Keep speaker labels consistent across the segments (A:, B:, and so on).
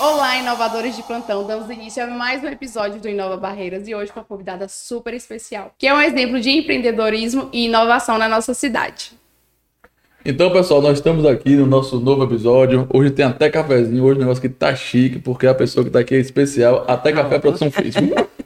A: Olá, inovadores de plantão. Damos início a mais um episódio do Inova Barreiras e hoje com uma convidada super especial, que é um exemplo de empreendedorismo e inovação na nossa cidade.
B: Então, pessoal, nós estamos aqui no nosso novo episódio. Hoje tem até cafezinho, hoje o negócio que tá chique, porque a pessoa que tá aqui é especial, até café produção fez.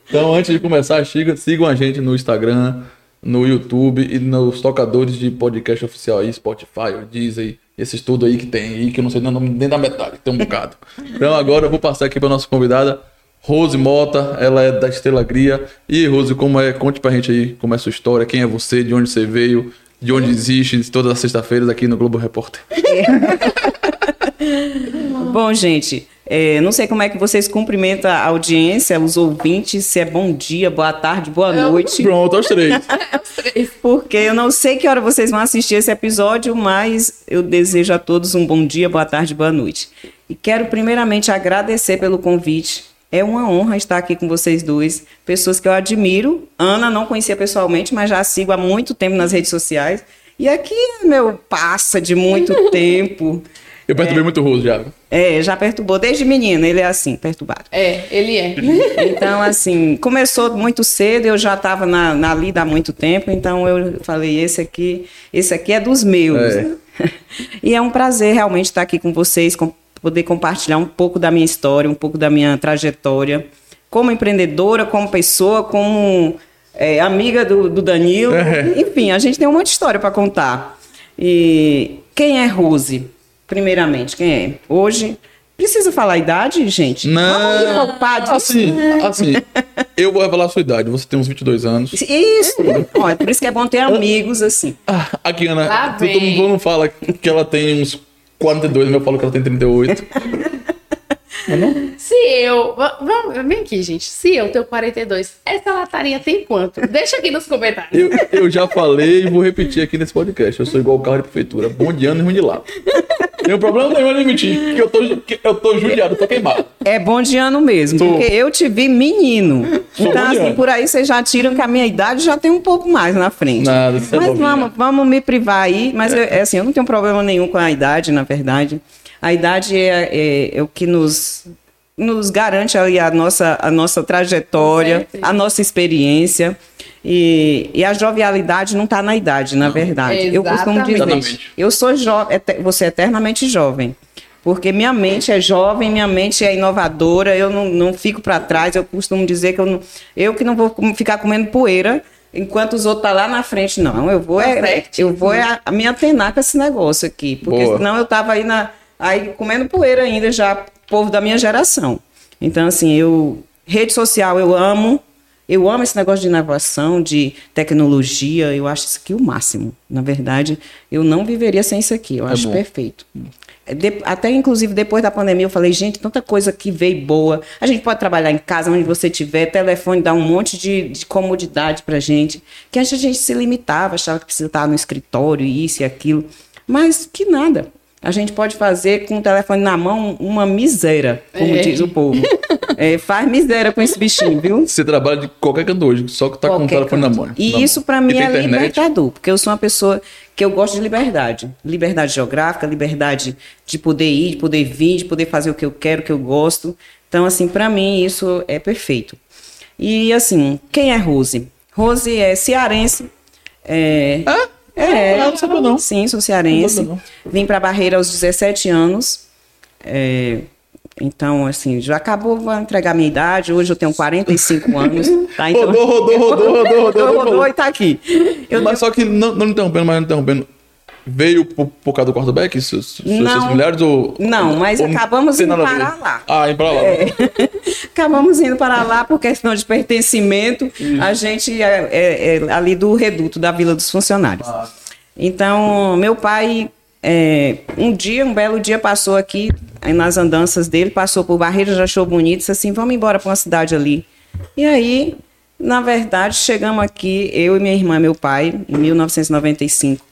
B: Então, antes de começar, siga- sigam a gente no Instagram, no YouTube e nos tocadores de podcast oficial aí, Spotify, Deezer, esses tudo aí que tem aí, que eu não sei nem o nome- nem da metade, tem um bocado. Então, agora eu vou passar aqui para nossa convidada, Rose Mota, ela é da Estrela Gria. E, Rose, como é? Conte pra gente aí como é a sua história, quem é você, de onde você veio, de onde existe, todas as sextas-feiras aqui no Globo Repórter.
C: Bom, gente, é, não sei como é que vocês cumprimentam a audiência, os ouvintes, se é bom dia, boa tarde, boa
A: Eu-
C: noite.
B: Pronto, aos três.
C: Porque eu não sei que hora vocês vão assistir esse episódio, mas eu desejo a todos um bom dia, boa tarde, boa noite. E quero primeiramente agradecer pelo convite. É uma honra estar aqui com vocês dois, pessoas que eu admiro. Ana não conhecia pessoalmente, mas já a sigo há muito tempo nas redes sociais. E aqui é meu passa de muito tempo.
B: Eu perturbei muito o Rose já.
C: É, já perturbou desde menina, ele é assim, perturbado.
A: É, ele é.
C: Então, assim, começou muito cedo, eu já estava na, na lida há muito tempo, então eu falei, esse aqui, esse aqui é dos meus.
B: É.
C: E é um prazer realmente estar aqui com vocês, com- poder compartilhar um pouco da minha história, um pouco da minha trajetória, como empreendedora, como pessoa, como é, amiga do, do Danilo.
B: É.
C: Enfim, a gente tem um monte de história para contar. E quem é Rose? Primeiramente, quem é? Hoje. Precisa falar a idade, gente? Vamos me poupar disso.
B: Assim, assim, eu vou revelar a sua idade. Você tem uns 22 anos.
C: Isso! Olha, por isso que é bom ter amigos assim.
B: Ah, a Kiana,
A: Lá
B: todo
A: vem.
B: mundo fala que ela tem uns 42, mas eu falo que ela tem 38.
A: Se eu. va- Vamos, vem aqui, gente. Se eu tenho 42, essa lataria tem quanto? Deixa aqui nos comentários.
B: Eu, eu já falei e vou repetir aqui nesse podcast. Eu sou igual o carro de prefeitura. Bom de ano e ruim de lá. Tem um problema nenhum em admitir que eu tô, que eu tô judiado, eu tô queimado.
C: É bom de ano mesmo,
B: Tô.
C: porque eu te vi menino.
B: Sou bom
C: então,
B: de
C: assim,
B: ano.
C: por aí vocês já tiram que a minha idade já tem um pouco mais na frente.
B: Nada, isso é
C: mas
B: bobinha.
C: vamos, vamos me privar aí. Mas eu- é assim, eu não tenho problema nenhum com a idade, na verdade. A idade é, é- é o que nos, nos garante ali a nossa, a nossa trajetória,
A: Certo.
C: a nossa experiência. E, e a jovialidade não está na idade, na verdade. Eu costumo dizer.
B: Exatamente.
C: Eu sou jovem, você é eternamente jovem. Porque minha mente é jovem, minha mente é inovadora, eu não, não fico para trás, eu costumo dizer que eu, não, eu que não vou com- ficar comendo poeira enquanto os outros estão lá na frente, não. Eu vou,
A: Tá
C: é,
A: certo.
C: eu vou é a, me antenar com esse negócio aqui. Porque
B: Boa.
C: senão eu estava aí, na, aí comendo poeira ainda, já povo da minha geração. Então, assim, eu. Rede social eu amo. Eu amo esse negócio de inovação, de tecnologia. Eu acho isso aqui o máximo. Na verdade, eu não viveria sem isso aqui. Eu acho
B: bom.
C: perfeito. É, De- até, inclusive, depois da pandemia, eu falei, gente, tanta coisa que veio boa. A gente pode trabalhar em casa, onde você tiver, telefone dá um monte de, de comodidade pra gente. Que antes a gente se limitava, achava que precisava estar no escritório, isso e aquilo. Mas que nada. A gente pode fazer com o telefone na mão uma miséria, como
A: É.
C: diz o povo. É, faz miséria com esse bichinho, viu?
B: Você trabalha de qualquer canto hoje, só que tá com o
C: Qualquer
B: telefone
C: canto.
B: na mão. na
C: E
B: mão.
C: isso pra
B: E
C: mim
B: tem
C: é
B: internet.
C: libertador, porque eu sou uma pessoa que eu gosto de liberdade. Liberdade geográfica, liberdade de poder ir, de poder vir, de poder fazer o que eu quero, o que eu gosto. Então, assim, pra mim isso é perfeito. E assim, quem é Rose? Rose é cearense. É,
B: Ah,
C: é,
B: não sabia não.
C: Sim, sou
B: Não
C: cearense.
B: sabia
C: Vim pra Barreira aos 17 anos. É, então, assim, já acabou, vou entregar minha idade. Hoje eu tenho 45 anos. Tá? Então,
B: Rodou, rodou, rodou, rodou, rodou,
C: Rodou,
B: rodou.
C: rodou e tá aqui. Eu
B: mas só que, não, não interrompendo, mas não interrompendo. Veio por, por causa do quarterback? Seus, seus,
C: Não.
B: seus milhares ou.
C: Não, mas
B: ou
C: acabamos
B: tem
C: em
B: nada a ver?
C: parar lá. É.
B: Ah, em parar lá.
C: Acabamos indo para lá por questão de pertencimento. A gente é, é- é ali do reduto da Vila dos Funcionários.
B: Ah.
C: Então, meu pai, é, um dia, um belo dia, passou aqui aí nas andanças dele, passou por Barreiras, já achou bonito, disse assim: vamos embora para uma cidade ali. E aí, na verdade, chegamos aqui, eu e minha irmã, e meu pai, em 1995.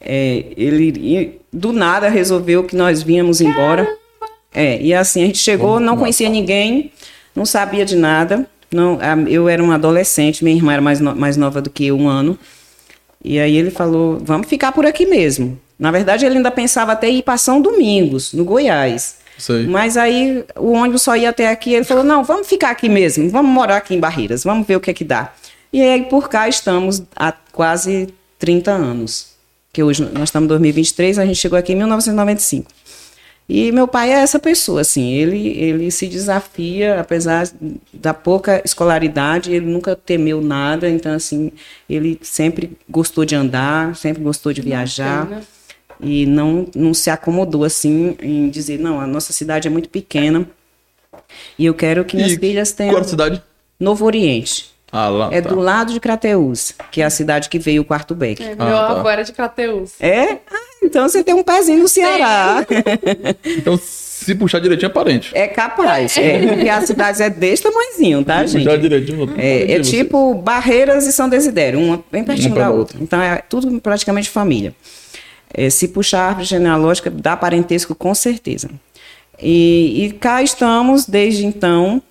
C: É, ele e, do nada resolveu que nós vínhamos embora. É, e assim, a gente chegou, não conhecia ninguém, não sabia de nada. Não, a- eu era um adolescente, minha irmã era mais, no- mais nova do que eu, um ano. E aí ele falou: vamos ficar por aqui mesmo. Na verdade, ele ainda pensava até ir para São Domingos, no Goiás.
B: Sei.
C: Mas aí o ônibus só ia até aqui. Ele falou: não, vamos ficar aqui mesmo, vamos morar aqui em Barreiras, vamos ver o que é que dá. E aí por cá estamos há quase 30 anos. Que hoje nós estamos em 2023, a gente chegou aqui em 1995. E meu pai é essa pessoa, assim, ele, ele se desafia, apesar da pouca escolaridade, ele nunca temeu nada, então, assim, ele sempre gostou de andar, sempre gostou de viajar
A: Bacana.
C: e não, não se acomodou assim em dizer, não, a nossa cidade é muito pequena e eu quero que minhas
B: E
C: filhas tenham
B: Qual a cidade?
C: Novo Oriente.
B: Ah, lá.
C: é
B: tá.
C: do lado de Crateús, que é a cidade que veio o quarto Beck.
A: É,
C: É.
A: meu
B: Ah, tá.
A: avô era de Crateus.
C: Ah, então você tem um pezinho no Ceará.
B: Então, se puxar direitinho é parente.
C: É capaz. É, porque a cidade é desse tamanhozinho, tá,
B: Se
C: gente?
B: puxar direitinho. eu tô
C: É, é
B: parente de você.
C: tipo Barreiras e São Desidério, uma bem pertinho
B: Uma pra
C: da outra.
B: outra.
C: Então é tudo praticamente família. É, se puxar a árvore genealógica, dá parentesco com certeza. E, e cá estamos desde então.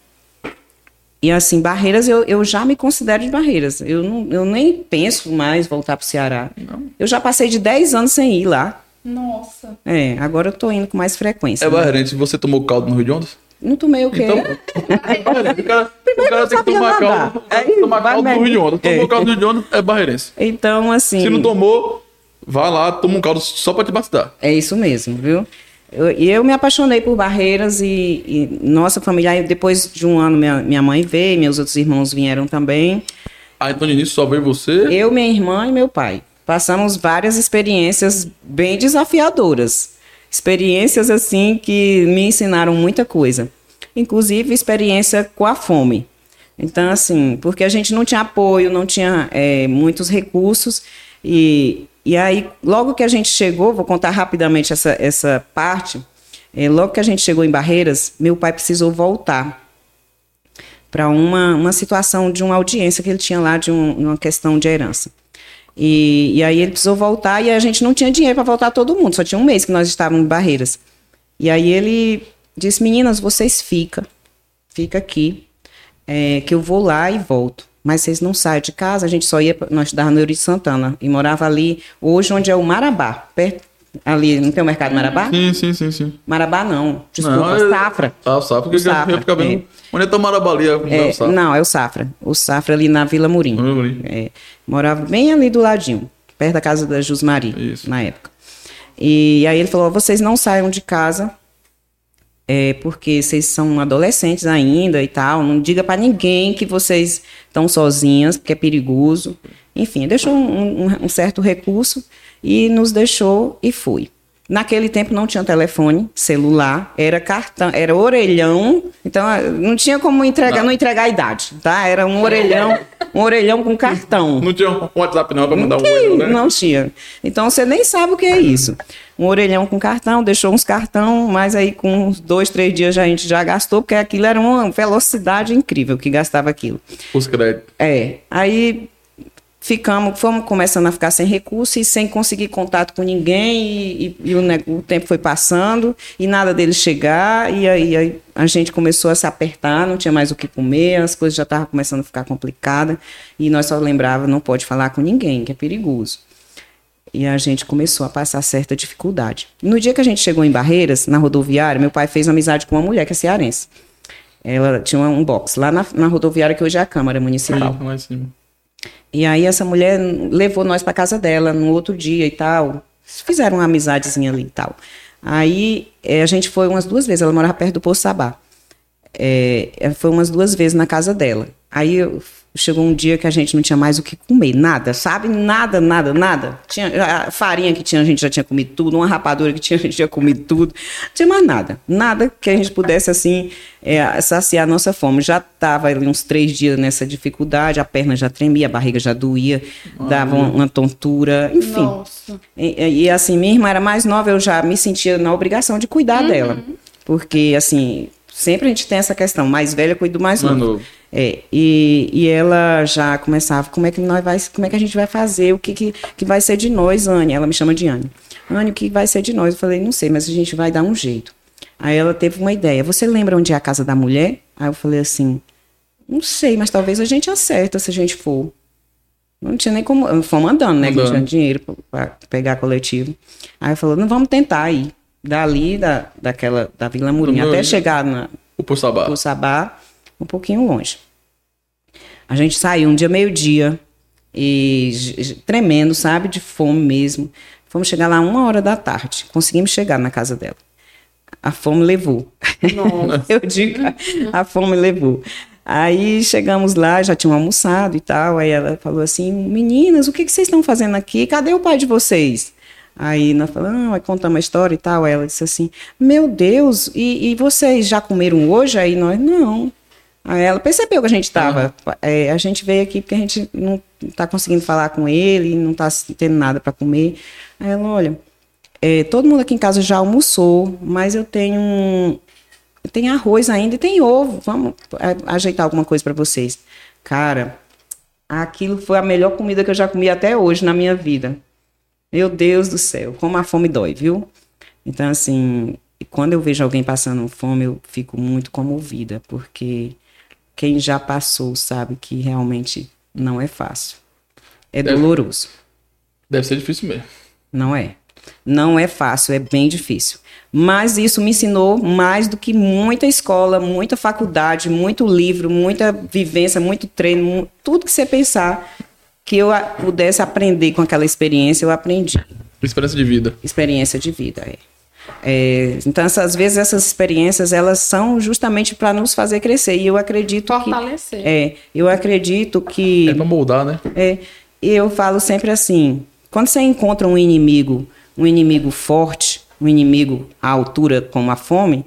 C: E assim, Barreiras, eu, eu já me considero de Barreiras. Eu, não, eu nem penso mais voltar para o Ceará. Eu já passei de 10 anos sem ir lá.
A: Nossa.
C: É, agora eu tô indo com mais frequência.
B: É
C: né?
B: barreirense. Você tomou caldo no Rio de Ondas?
C: Não tomei o quê?
B: Então, o cara, o cara tem que
C: sabia
B: tomar
C: nadar.
B: caldo.
C: Aí,
B: tomar
C: vai
B: caldo no
C: mesmo.
B: Rio de Ondas. Tomou
C: É.
B: caldo no Rio de Ondas é barreirense.
C: então assim.
B: Se não tomou, vai lá, toma um caldo só pra te bastar.
C: É isso mesmo, viu? Eu- E eu, me apaixonei por Barreiras e, e nossa família. aí Depois de um ano, minha, minha mãe veio, meus outros irmãos vieram também.
B: Ah, então de início só veio você.
C: Eu, minha irmã e meu pai. Passamos várias experiências bem desafiadoras. Experiências, assim, que me ensinaram muita coisa. Inclusive, experiência com a fome. Então, assim, porque a gente não tinha apoio, não tinha eh, muitos recursos. E, e aí, logo que a gente chegou, vou contar rapidamente essa, essa parte. Eh, logo que a gente chegou em Barreiras, meu pai precisou voltar para uma, uma situação de uma audiência que ele tinha lá de um- uma questão de herança. E, e aí ele precisou voltar e a gente não tinha dinheiro para voltar todo mundo, só tinha um mês que nós estávamos em Barreiras. E aí ele disse: Meninas, vocês ficam, fica aqui, é, que eu vou lá e volto. Mas vocês não saem de casa, a gente só ia, pra- nós estudávamos no Eurico de Santana e morava ali, hoje onde é o Marabá, perto, ali, não tem o mercado Marabá?
B: Sim, sim, sim, sim.
C: Marabá não, desculpa,
B: Não, eu-
C: Safra.
B: Ah, sabe, porque
C: Safra,
B: eu ia ficar vendo. Onde é Tamarabalia? Não
C: É,
B: é, sabe.
C: não, é o Safra. O Safra ali na Vila Murim. É, morava bem ali do ladinho, perto da casa da Jusmari,
B: Isso.
C: na época. E aí ele falou: vocês não saiam de casa, é, porque vocês são adolescentes ainda e tal. Não diga pra ninguém que vocês estão sozinhas, porque é perigoso. Enfim, deixou um, um- um certo recurso e nos deixou e foi. Naquele tempo não tinha telefone, celular, era cartão, era orelhão, então ah, não tinha como entregar, não, entregar a idade, tá? Era um orelhão, um orelhão com cartão.
B: Não tinha um WhatsApp não pra mandar um
C: Que
B: oi, né?
C: Não tinha. Então você nem sabe o que é isso. Um orelhão com cartão, deixou uns cartão, mas aí com uns dois, três dias já a gente já gastou, porque aquilo era uma velocidade incrível que gastava aquilo.
B: Os créditos.
C: É. Aí ficamos, fomos começando a ficar sem recurso e sem conseguir contato com ninguém, e, e- e o, ne- o tempo foi passando, e nada dele chegar, e aí, aí a gente começou a se apertar, não tinha mais o que comer, as coisas já estavam começando a ficar complicadas, e nós só lembrava, não pode falar com ninguém, que é perigoso. E a gente começou a passar certa dificuldade. No dia que a gente chegou em Barreiras, na rodoviária, meu pai fez amizade com uma mulher que é cearense. Ela tinha um box lá na, na rodoviária, que hoje é a Câmara Municipal.
B: Aí, lá em cima.
C: E aí essa mulher levou nós para casa dela no outro dia e tal. Fizeram uma amizadezinha ali e tal. Aí eh, a gente foi umas duas vezes, ela morava perto do Poço Sabá. É, eh, foi umas duas vezes na casa dela. Aí eu- chegou um dia que a gente não tinha mais o que comer, nada, sabe? Nada, nada, nada. Tinha a farinha que tinha, a gente já tinha comido tudo, uma rapadura que tinha, a gente já tinha comido tudo. Não tinha mais nada. Nada que a gente pudesse, assim, eh, saciar a nossa fome. Já estava ali uns três dias nessa dificuldade, a perna já tremia, a barriga já doía, dava uma, uma tontura, enfim.
A: Nossa.
C: E, e- e, assim, minha irmã era mais nova, eu já me sentia na obrigação de cuidar dela. Porque, assim, sempre a gente tem essa questão, mais velha cuida do mais
B: Mais
C: novo.
B: novo.
C: É, e, e ela já começava, como é que nós vai, como é que a gente vai fazer, o que, que, que vai ser de nós, Anne? Ela me chama de Anne. Anne, o que vai ser de nós? Eu falei, não sei, mas a gente vai dar um jeito. Aí ela teve uma ideia, você lembra onde é a casa da mulher? Aí eu falei assim, não sei, mas talvez a gente acerta se a gente for. Não tinha nem como. Fomos andando, né? Que não
B: Andando.
C: tinha dinheiro pra- pra pegar coletivo. Aí falou: não vamos tentar aí. dali, da, daquela, da Vila Murim,
B: Murim.
C: até chegar na
B: O Pussabá.
C: Cuçabá, um pouquinho longe. A gente saiu um dia meio-dia, e j- j- tremendo, sabe, de fome mesmo. Fomos chegar lá uma hora da tarde, conseguimos chegar na casa dela. A fome levou. Eu digo, a fome levou. Aí chegamos lá, já tinham almoçado e tal. Aí ela falou assim: Meninas, o que, que vocês estão fazendo aqui? Cadê o pai de vocês? Aí nós falamos, "Ah, aí contamos a história e tal. Aí ela disse assim: Meu Deus, e, e vocês já comeram hoje? Aí nós, não. Aí ela percebeu que a gente estava. a gente veio aqui porque a gente não está conseguindo falar com ele, não está tendo nada para comer. Aí ela, olha, é, todo mundo aqui em casa já almoçou, mas eu tenho um- tem arroz ainda e tem ovo. Vamos a- ajeitar alguma coisa para vocês. Cara, aquilo foi a melhor comida que eu já comi até hoje na minha vida. Meu Deus do céu, como a fome dói, viu? Então, assim, quando eu vejo alguém passando fome, eu fico muito comovida, porque quem já passou sabe que realmente não é fácil. É
B: Deve-
C: doloroso.
B: Deve ser difícil mesmo.
C: Não é. Não é fácil, é bem difícil. Mas isso me ensinou mais do que muita escola, muita faculdade, muito livro, muita vivência, muito treino, mu- tudo que você pensar que eu a- pudesse aprender com aquela experiência, eu aprendi.
B: Esperança de vida.
C: Experiência de vida, é. É, então, essas- às vezes, essas experiências, elas são justamente para nos fazer crescer. E eu acredito
A: Fortalecer.
C: que... É, eu acredito que...
B: É pra moldar, né?
C: É, eu falo sempre assim: quando você encontra um inimigo, um inimigo forte, um inimigo à altura como a fome,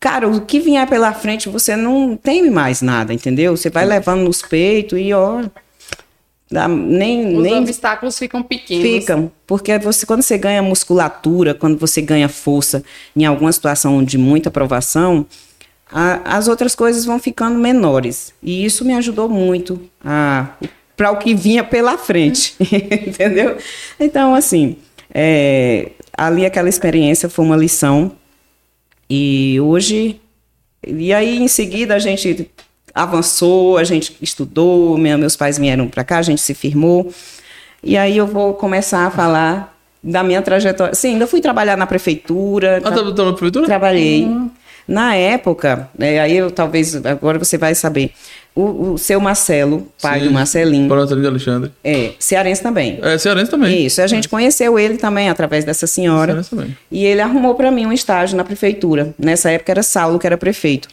C: cara, o que vier pela frente você não tem mais nada, entendeu? Você vai levando nos peitos e ó, dá- nem,
A: Os
C: nem
A: obstáculos ficam pequenos.
C: Ficam, porque você, quando você ganha musculatura, quando você ganha força em alguma situação de muita provação, a- as outras coisas vão ficando menores. E isso me ajudou muito para o que vinha pela frente, entendeu? Então, assim, é, ali aquela experiência foi uma lição e hoje. E aí, em seguida, a gente avançou, a gente estudou, me- meus pais vieram para cá, a gente se firmou. E aí eu vou começar a falar da minha trajetória. Sim, ainda fui trabalhar na prefeitura.
B: Ah, tá, Uhum. tá na prefeitura?
C: Trabalhei. Na época, né, aí eu talvez, agora você vai saber. O, o seu Marcelo, pai
B: Sim.
C: do Marcelinho,
B: Para de Alexandre.
C: é cearense também.
B: É, cearense também.
C: Isso, a gente conheceu ele também através dessa senhora.
B: Cearense também.
C: E ele arrumou para mim um estágio na prefeitura. Nessa época era Saulo que era prefeito.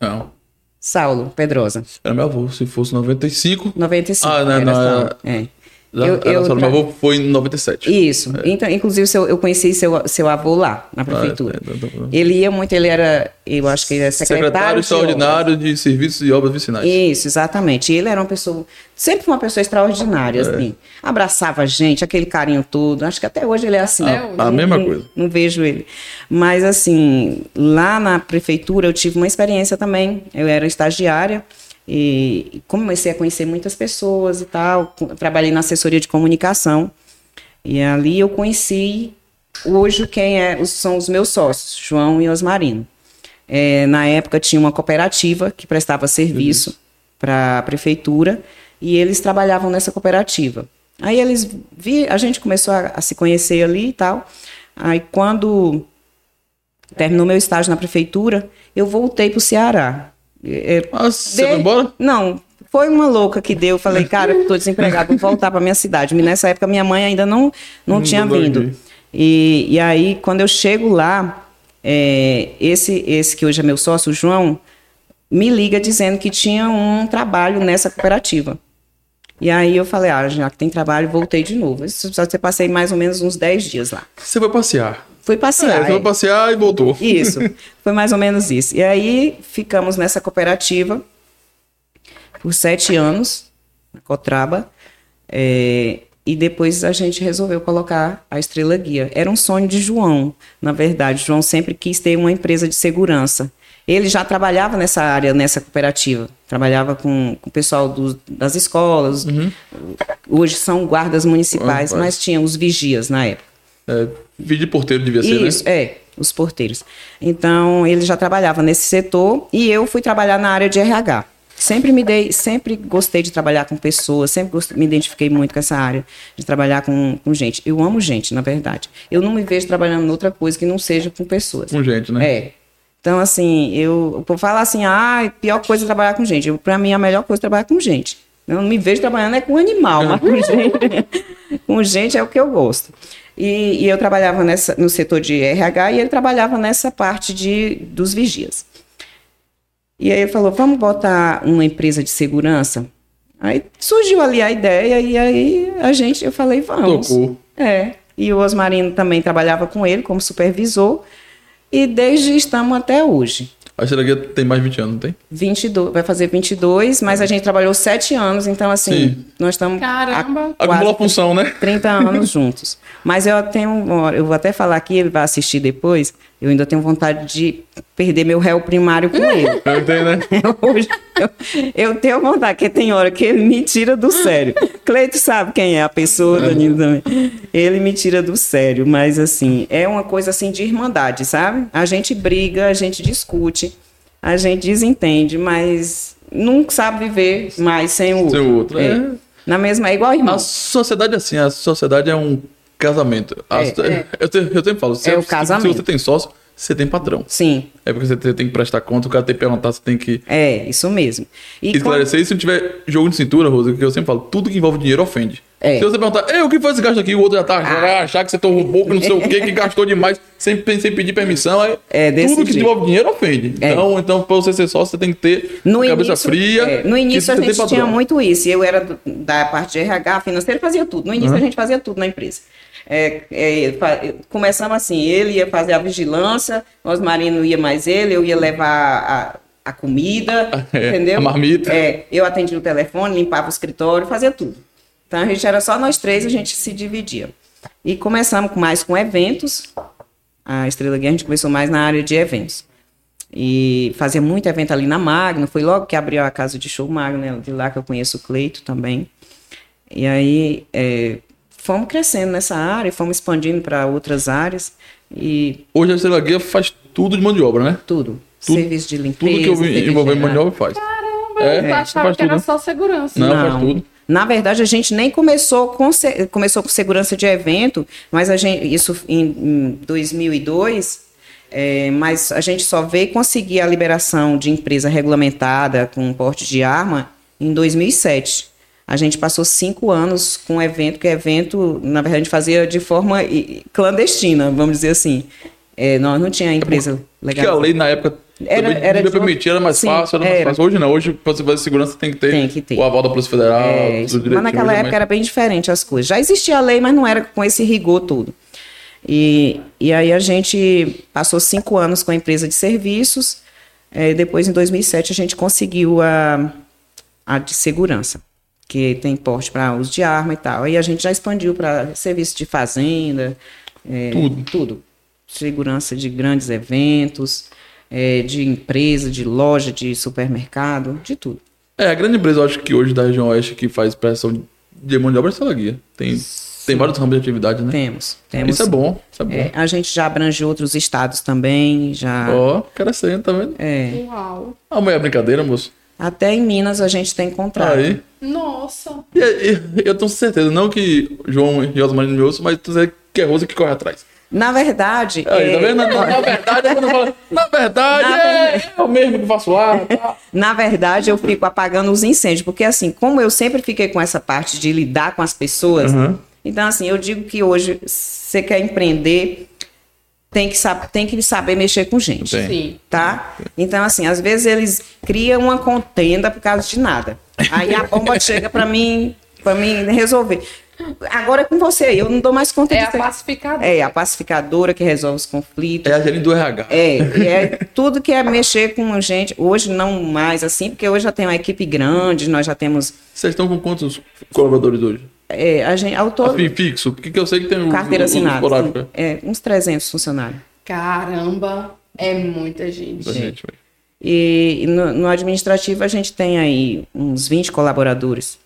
B: Não.
C: Saulo Pedrosa,
B: Era meu avô, se fosse 95.
C: 95.
B: Ah, não,
C: era
B: não,
C: Saulo.
B: era-
C: É.
B: Já,
C: Eu-
B: era É.
C: eu
B: só-
C: tra-
B: Meu avô foi em 97.
C: Isso. Então, inclusive, seu- eu conheci seu, seu avô lá, na prefeitura.
B: é, tá, tá, tá.
C: Ele ia muito, ele era, eu acho que ele era é secretário,
B: Secretário
C: de obras.
B: Extraordinário de Serviços e Obras Vicinais.
C: Isso, exatamente. Ele era uma pessoa, sempre foi uma
B: É.
C: pessoa extraordinária, assim. Abraçava a gente, aquele carinho todo. Acho que até hoje ele é assim.
A: Até hoje.
B: A mesma
C: não-
B: coisa.
C: Não vejo ele. Mas, assim, lá na prefeitura eu tive uma experiência também. Eu era estagiária e comecei a conhecer muitas pessoas e tal. Co- Trabalhei na assessoria de comunicação. E ali eu conheci hoje quem é, os- são os meus sócios, João e Osmarino. É, na época tinha uma cooperativa que prestava serviço para a prefeitura e eles trabalhavam nessa cooperativa. Aí eles vi, a gente começou a, a se conhecer ali e tal. Aí quando terminou meu estágio na prefeitura, eu voltei para o Ceará. É,
B: Ah, você
C: de-
B: foi embora?
C: Não, foi uma louca que deu. Eu falei, cara, eu tô desempregado, vou voltar pra minha cidade. E Nessa época, minha mãe ainda não, não
B: Não
C: tinha
B: mudou
C: vindo.
B: aqui.
C: E, e aí, quando eu chego lá, é, esse, esse que hoje é meu sócio, o João, me liga dizendo que tinha um trabalho nessa cooperativa. E aí eu falei, ah, já que tem trabalho, voltei de novo. Isso, só que eu passei mais ou menos uns 10 dias lá.
B: Você foi passear.
C: Fui
B: é,
C: passear.
B: você
C: é.
B: foi passear e voltou.
C: Isso, foi mais ou menos isso. E aí ficamos nessa cooperativa por sete anos, na Cotraba, é, e depois a gente resolveu colocar a Estrela Guia. Era um sonho de João, na verdade. João sempre quis ter uma empresa de segurança. Ele já trabalhava nessa área, nessa cooperativa. Trabalhava com, com o pessoal dos- das escolas. Hoje são guardas municipais,
B: Rapaz.
C: mas tinha os vigias na época.
B: É, filho de porteiro devia ser,
C: Isso,
B: né?
C: é, os porteiros. Então, ele já trabalhava nesse setor e eu fui trabalhar na área de RH. Sempre me dei, sempre gostei de trabalhar com pessoas, sempre gost- me identifiquei muito com essa área de trabalhar com, com gente. Eu amo gente, na verdade. Eu não me vejo trabalhando em outra coisa que não seja com pessoas.
B: Com gente, né?
C: É. Então, assim, eu vou falar assim, ah, pior coisa é trabalhar com gente. Eu, Pra mim, a melhor coisa é trabalhar com gente. Eu não me vejo trabalhando é com animal, mas com gente, com gente é o que eu gosto. E, e eu trabalhava nessa, no setor de RH e ele trabalhava nessa parte de, dos vigias. E aí ele falou, vamos botar uma empresa de segurança? Aí surgiu ali a ideia e aí a gente, eu falei, vamos.
B: Tocou.
C: É. E o Osmarino também trabalhava com ele como supervisor. E desde estamos até hoje.
B: A Xeraguia tem mais de 20 anos, não tem?
C: 22, vai fazer 22, mas a gente trabalhou sete anos, então assim,
B: Sim.
C: nós estamos
A: Caramba.
C: há
B: Acumula
C: quase
B: função, né?
C: 30 anos juntos. Mas eu tenho, uma- eu vou até falar aqui, ele vai assistir depois, eu ainda tenho vontade de perder meu réu primário com ele.
B: Eu entendo, né?
C: Hoje eu, eu tenho vontade, porque tem hora que ele me tira do sério. Cleito sabe quem é a pessoa, Danilo também. Ele me tira do sério, mas assim, é uma coisa assim de irmandade, sabe? A gente briga, a gente discute, a gente desentende, mas nunca sabe viver mais sem o outro.
B: Sem o outro,
C: É.
B: é.
C: Na mesma, é igual irmão.
B: A sociedade é assim, a sociedade é um casamento. A-
C: É, é.
B: Eu, te- eu sempre falo, se,
C: É
B: se-
C: o
B: se
C: casamento.
B: você tem sócio, você tem patrão.
C: Sim,
B: É porque você te- tem que prestar conta, o cara tem que perguntar, você tem que
C: é, isso mesmo. E quando-
B: esclarecer. E se não tiver jogo de cintura, Rosa, que eu sempre falo, tudo que envolve dinheiro ofende.
C: É. Ah.
B: Se você perguntar, "Ei, o que foi esse gasto aqui? O outro já tá já vai achar que você tomou pouco, não sei o quê, que gastou demais, sem, pe- sem pedir permissão. É,
C: É, desse
B: tudo que
C: jeito.
B: envolve dinheiro ofende.
C: É.
B: Então, então, pra você ser sócio, você tem que ter
C: No
B: cabeça
C: início,
B: fria.
C: é, no
B: que
C: início a
B: você tem
C: gente tinha
B: patrão.
C: muito isso. Eu era do- da parte de RH, financeiro, fazia tudo. No início
B: Uhum.
C: a gente fazia tudo na empresa. É, é, fa- começamos assim, ele ia fazer a vigilância, nós marino ia mais ele, eu ia levar a, a comida,
B: É,
C: entendeu?
B: a marmita.
C: É, eu atendia o telefone, limpava o escritório, fazia tudo. Então a gente era só nós três, a gente se dividia. E começamos com- mais com eventos. A Estrela Guia a gente começou mais na área de eventos. E fazia muito evento ali na Magno. Foi logo que abriu a casa de show Magno, né? de lá que eu conheço o Cleito também. E aí é, fomos crescendo nessa área, fomos expandindo para outras áreas e
B: Hoje a Estrela Guia faz tudo de mão de obra, né?
C: tudo.
B: Tudo-
C: serviço de limpeza.
B: Tudo que eu vi
C: serviço
B: envolver
C: de
B: mão de obra faz. É,
A: Eu achava
B: faz
A: que era
C: assim,
B: tudo.
A: só segurança.
B: Não, faz tudo.
C: Na verdade, a gente nem começou com, se- começou com segurança de evento, mas a gente, isso em, em 2002, é, mas a gente só veio conseguir a liberação de empresa regulamentada com porte de arma em 2007. A gente passou cinco anos com evento, que evento, na verdade, a gente fazia de forma i- clandestina, vamos dizer assim. É, nós não tinha empresa
B: Porque é
C: legal.
B: a lei na época
C: tá Era-
B: também
C: era
B: devia
C: de-
B: permitir, era mais
C: Sim,
B: fácil, era mais
C: era.
B: fácil. Hoje não, hoje pra você fazer segurança tem que ter,
C: Tem que ter.
B: o aval da Polícia Federal,
C: É,
B: tudo
C: isso.
B: direitinho.
C: mas naquela
B: hoje é
C: época era bem diferente as coisas. Já existia a lei, mas não era com esse rigor todo. E, e aí a gente passou cinco anos com a empresa de serviços. eh, depois, em 2007, a gente conseguiu a, a de segurança, que tem porte para uso de arma e tal. Aí a gente já expandiu para serviço de fazenda, eh,
B: Tudo.
C: tudo. Segurança de grandes eventos, eh, de empresa, de loja, de supermercado, de tudo.
B: É, a grande empresa, eu acho que hoje da região oeste que faz prestação de mão de obra é a Estrela Guia. Tem, tem vários ramos de atividade, né?
C: Temos, temos.
B: Isso é bom, isso é bom.
C: É, a gente já abrange outros estados também, já.
B: Ó, crescendo, tá vendo?
C: é.
A: Uau.
B: Ah, mas é brincadeira, moço. Tá
C: Até em Minas a gente tem contrato.
B: Aí.
A: Nossa.
B: E, e- eu tenho certeza, não que João e Osmar não me ouçam, mas tu sabe que é Rosa que corre atrás.
C: Na verdade,
B: Aí,
C: é,
B: tá vendo? Na, na- na verdade, quando fala, na verdade, é, eu mesmo que faço ar, tá?
C: na verdade, eu fico apagando os incêndios, porque assim, como eu sempre fiquei com essa parte de lidar com as pessoas,
B: Uhum.
C: então assim, eu digo que hoje você quer empreender, tem que, sab tem que saber mexer com gente.
B: Tem.
A: Sim.
C: tá? Então, assim, às vezes eles criam uma contenda por causa de nada. Aí a bomba chega pra mim, para mim resolver. Agora é com você, eu não dou mais conta
A: É a
C: disso.
A: pacificadora.
C: É a pacificadora que resolve os conflitos.
B: É a gerente do RH.
C: É, e é tudo que é mexer com gente. Hoje não mais assim, porque hoje já tem uma equipe grande, nós já temos
B: Vocês estão com quantos colaboradores hoje?
C: é, a gente, ao todo,
B: Assim, fixo? Porque que eu sei que tem um né?
C: carteira assinada.
B: horário
C: assim, é, uns 300 funcionários.
A: Caramba. É muita gente.
B: pra gente. velho.
C: E no, no administrativo a gente tem aí uns 20 colaboradores.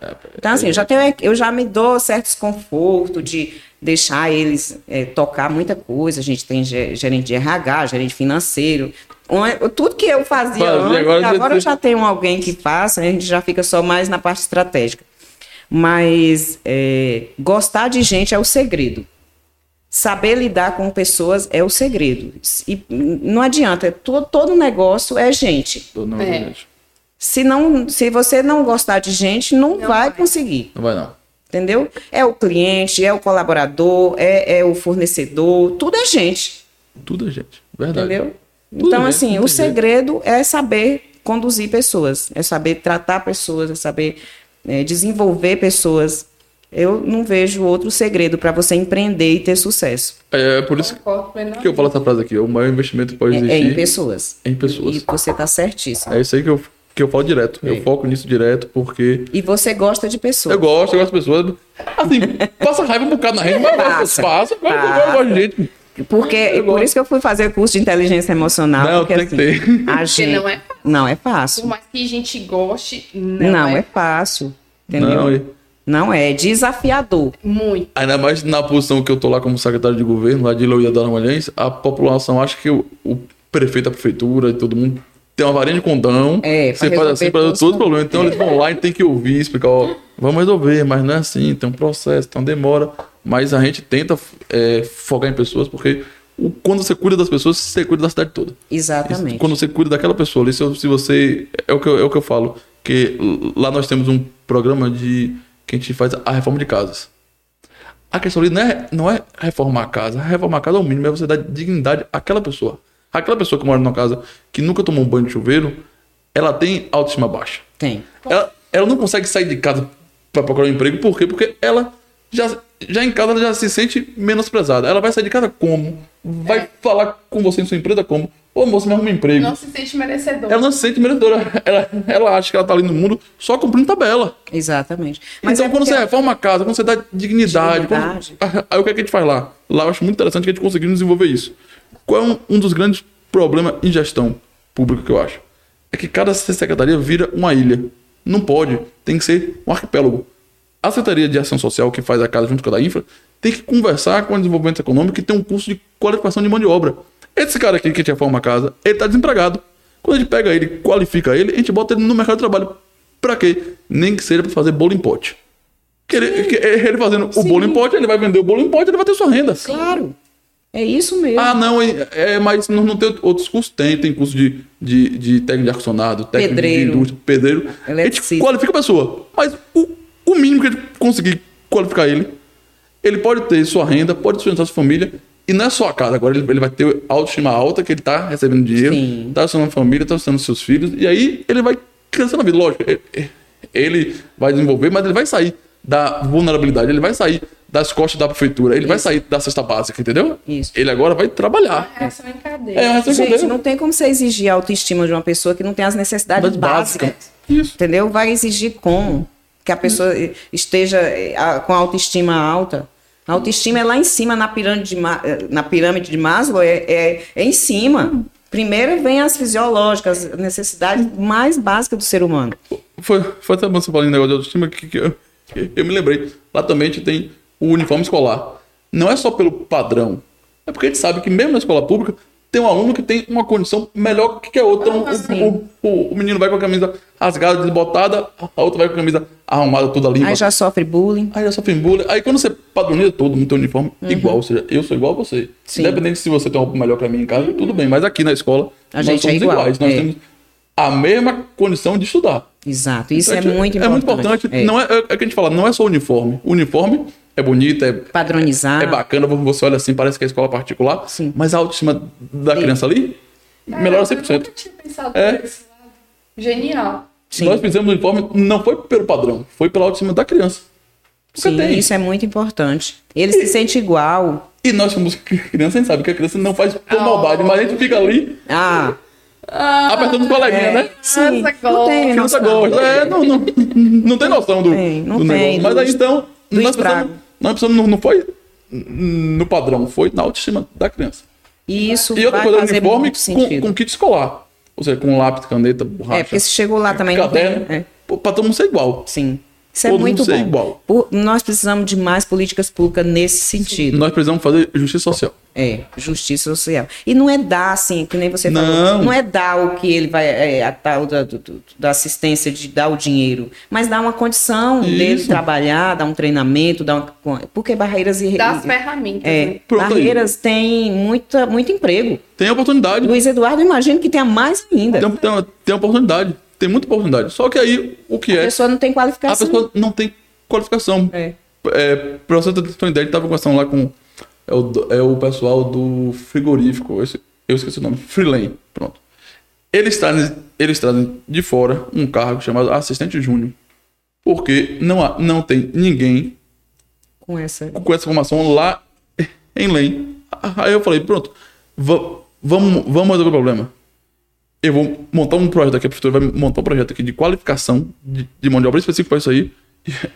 B: é,
C: Então, assim, eu já, tenho, eu já me dou certo desconforto de é, deixar eles eh, tocar muita coisa. A gente tem ge- gerente de RH, gerente financeiro, Um- Tudo que eu fazia
B: Fazia,
C: antes,
B: agora
C: agora,
B: você-
C: eu já tenho alguém que faça, a gente já fica só mais na parte estratégica. Mas é, gostar de gente é o segredo. Saber lidar com pessoas é o segredo. E não adianta, todo, todo negócio é gente.
B: Todo mundo,
A: É.
B: gente.
C: Se, não, se você não gostar de gente, não, vai conseguir.
B: Não vai não.
C: Entendeu? É o cliente, é o colaborador, é, é o fornecedor, tudo é gente.
B: Tudo é gente. Verdade.
C: Entendeu?
B: Tudo né?
C: então,
B: bem,
C: assim,
B: tudo
C: o
B: bem.
C: segredo é saber conduzir pessoas, é saber tratar pessoas, é saber né, desenvolver pessoas. Eu não vejo outro segredo para você empreender e ter sucesso.
B: É, é por isso
A: Concordo
B: que eu
A: plenamente.
B: falo essa frase aqui. O maior investimento que
C: É,
B: pode
C: é
B: existir
C: em pessoas.
B: é em pessoas.
C: E você tá certíssimo.
B: É isso aí que eu, que eu falo direto.
C: É.
B: Eu foco nisso direto porque
C: E você gosta de pessoas.
B: eu gosto, eu gosto das pessoas. Assim, passa raiva um bocado na rede, mas passa,
C: Passa.
B: passa, eu gosto- eu
C: Passa.
B: gosto de gente.
C: Porque
B: Eu
C: por
B: gosto.
C: isso que eu fui fazer o curso de inteligência emocional.
B: Não,
C: porque,
B: tem que
C: assim,
B: ter.
C: A gente,
A: não é
C: não é
A: Por
C: fácil.
A: mais que a gente goste, não,
C: Não, é.
A: é,
C: fácil. Entendeu?
B: Não,
C: Não,
B: e-
C: é. É desafiador.
A: muito.
B: Ainda mais na posição que eu tô lá como secretário de governo, lá de Iloia da Armalhães, a população acha que o, o prefeito, a prefeitura e todo mundo tem uma varinha de condão.
C: É,
B: você
C: pra
B: faz
C: resolver
B: assim para
C: todos
B: todos os
C: os
B: problemas. Então eles vão lá e tem que ouvir, explicar, ó, vamos resolver, mas não é assim, tem um processo, tem uma demora. Mas a gente tenta é, focar em pessoas, porque o- quando você cuida das pessoas, você cuida da cidade toda.
C: Exatamente.
B: Quando você cuida daquela pessoa ali, se, eu- se você. É o, que eu, é o que eu falo. Que l- lá nós temos um programa de. que a gente faz a reforma de casas. A questão ali não é, não é reformar a casa. Reformar a casa é o mínimo, é você dar dignidade àquela pessoa. Aquela pessoa que mora numa casa que nunca tomou um banho de chuveiro, ela tem autoestima baixa.
C: Tem.
B: Ela, ela não consegue sair de casa para procurar um emprego, por quê? Porque ela já, já em casa ela já se sente menosprezada. Ela vai sair de casa como? Vai
C: É.
B: falar com você em sua empresa como? Ô moça, me arruma um emprego.
A: Não se sente merecedor.
B: Ela não se sente merecedora. Ela, ela acha que ela tá ali no mundo só cumprindo tabela.
C: Exatamente.
B: então,
C: é
B: quando
C: porque-
B: você reforma a casa, quando você dá dignidade.
C: Dignidade.
B: quando- Aí o que, é que a gente faz lá? Lá eu acho muito interessante que a gente conseguiu desenvolver isso. Qual é um, um dos grandes problemas em gestão pública que eu acho? É que cada secretaria vira uma ilha. Não pode. Tem que ser um arquipélago. A Secretaria de Ação Social, que faz a casa junto com a da Infra, tem que conversar com o desenvolvimento econômico que tem um curso de qualificação de mão de obra. Esse cara aqui que te reforma a casa, ele tá desempregado. Quando a gente pega ele, qualifica ele, a gente bota ele no mercado de trabalho. Pra quê? Nem que seja pra fazer bolo em pote. Que ele, que ele fazendo o bolo em pote, ele vai vender o bolo em pote, ele vai ter sua renda.
C: Claro. É isso mesmo.
B: Ah, não, é, é, mas não, não tem outros cursos? Tem, tem curso de, de, de técnico de ar-condicionado, técnico
C: Pedreiro.
B: de indústria, pedreiro. A gente
C: Eletricista.
B: qualifica a pessoa, mas o, o mínimo que a gente conseguir qualificar ele, ele pode ter sua renda, pode sustentar sua família, e não é só a casa, agora ele, ele vai ter autoestima alta, que ele tá recebendo dinheiro,
C: Sim.
B: tá sustentando a família, tá sustentando seus filhos, e aí ele vai crescendo na vida, lógico, ele, ele vai desenvolver, mas ele vai sair da vulnerabilidade, ele vai sair das costas da prefeitura, ele vai sair da cesta básica, entendeu?
C: Isso.
B: Ele agora vai trabalhar.
A: Reação É em cadeia.
B: É, mas eu
C: Gente,
B: entendo.
C: não tem como você exigir a autoestima de uma pessoa que não tem as necessidades
B: Mas básica.
C: básicas.
B: Isso.
C: Entendeu? Vai exigir como? Que a pessoa
B: Hum.
C: eh, esteja eh, a- com a autoestima alta. A autoestima é lá em cima, na pirâmide de, Ma- eh, na pirâmide de Maslow, é, é- é em cima.
B: Hum.
C: Primeiro vem as fisiológicas, as necessidades mais básicas do ser humano.
B: Foi, foi até bom você falar em negócio de autoestima que, que eu, que eu me lembrei. Lá também a gente tem o uniforme escolar. Não é só pelo padrão. É porque a gente sabe que mesmo na escola pública tem um aluno que tem uma condição melhor que a outra. Um-
C: sim.
B: o, o- o menino vai com a camisa rasgada, desbotada, a outra vai com a camisa arrumada, toda limpa.
C: Aí já sofre bullying.
B: Aí eu só fiz bullying. Aí quando você padroniza todo mundo tem um uniforme igual, ou seja, eu sou igual a você.
C: Uhum. Sim. Uhum.
B: Independente se você tem uma roupa melhor pra mim em casa, tudo bem. Mas aqui na escola,
C: A gente é igual,
B: Nós
C: é.
B: temos a mesma condição de estudar.
C: Exato. Isso é,
B: Então,
C: muito importante.
B: É muito importante.
C: É.
B: Não é, é, é o que a gente fala, não é só o uniforme. O uniforme é bonito, é,
C: Padronizar.
B: é bacana, você olha assim, parece que é escola particular.
C: Sim.
B: Mas a autoestima da criança ali melhora 100%.
A: Eu nunca tinha pensado
B: É.
A: por esse lado. Genial.
C: Sim.
B: Nós fizemos o uniforme, não foi pelo padrão, foi pela autoestima da criança. Você
C: Sim,
B: tem.
C: isso é muito importante. Ele se sente igual.
B: E nós somos criança, a gente sabe que a criança não faz por
A: Oh.
B: maldade, mas a gente fica ali
C: Ah, é,
B: apertando
A: Ah,
B: os coleguinhas, né?
C: sim.
A: Nossa,
C: não tem
B: Criança
C: noção.
B: gosta. É, não, não, não tem noção do,
C: Tem, não
B: do
C: tem,
B: negócio.
C: do-
B: Mas aí então,
C: do
B: nós
C: estrago.
B: pensamos, nós pensamos não, não foi no padrão, foi na autoestima da criança.
C: E isso
B: E outra
C: vai
B: coisa,
C: fazer
B: uniforme
C: muito
B: com,
C: sentido.
B: com kit escolar. Ou seja, com lápis, caneta, borracha,
C: é, porque se chegou lá também... não tem-
B: caderno,
C: é,
B: pô, pra todo mundo ser igual.
C: sim. Isso é
B: Todo mundo
C: muito
B: ser
C: bom.
B: igual.
C: Por- nós precisamos de mais políticas públicas nesse sentido.
B: Nós precisamos fazer justiça social.
C: É, justiça social. E não é dar, assim, que nem você
B: Não.
C: falou. Não é dar o que ele vai. É, a tal da, do- do- da assistência, de dar o dinheiro. Mas dar uma condição dele
B: Isso.
C: trabalhar, dar um treinamento, dar uma. Porque barreiras e.
A: Das ferramentas,
C: é,
A: né?
B: Pronto aí.
C: barreiras tem muita, muito emprego.
B: Tem oportunidade.
C: Luiz Eduardo, eu imagino que tenha mais ainda.
B: Tem, tem, tem oportunidade. Tem muita oportunidade. Só que aí, o que
C: a
B: é?
C: pessoa não tem
B: A
C: qualificação.
B: pessoa não tem qualificação.
C: É.
B: É, pra você ter uma ideia, ele tava conversando lá com é o, do- é o pessoal do frigorífico, esse- eu esqueci o nome, Freelane, pronto. Eles trazem, eles trazem de fora um cargo chamado assistente júnior, porque não, há, não tem ninguém
C: Com essa.
B: com essa formação lá em Lane. Aí eu falei, pronto, va- vamos, vamos resolver o problema. Eu vou montar um projeto aqui, a prefeitura vai montar um projeto aqui de qualificação de, de mão de obra específico para isso aí.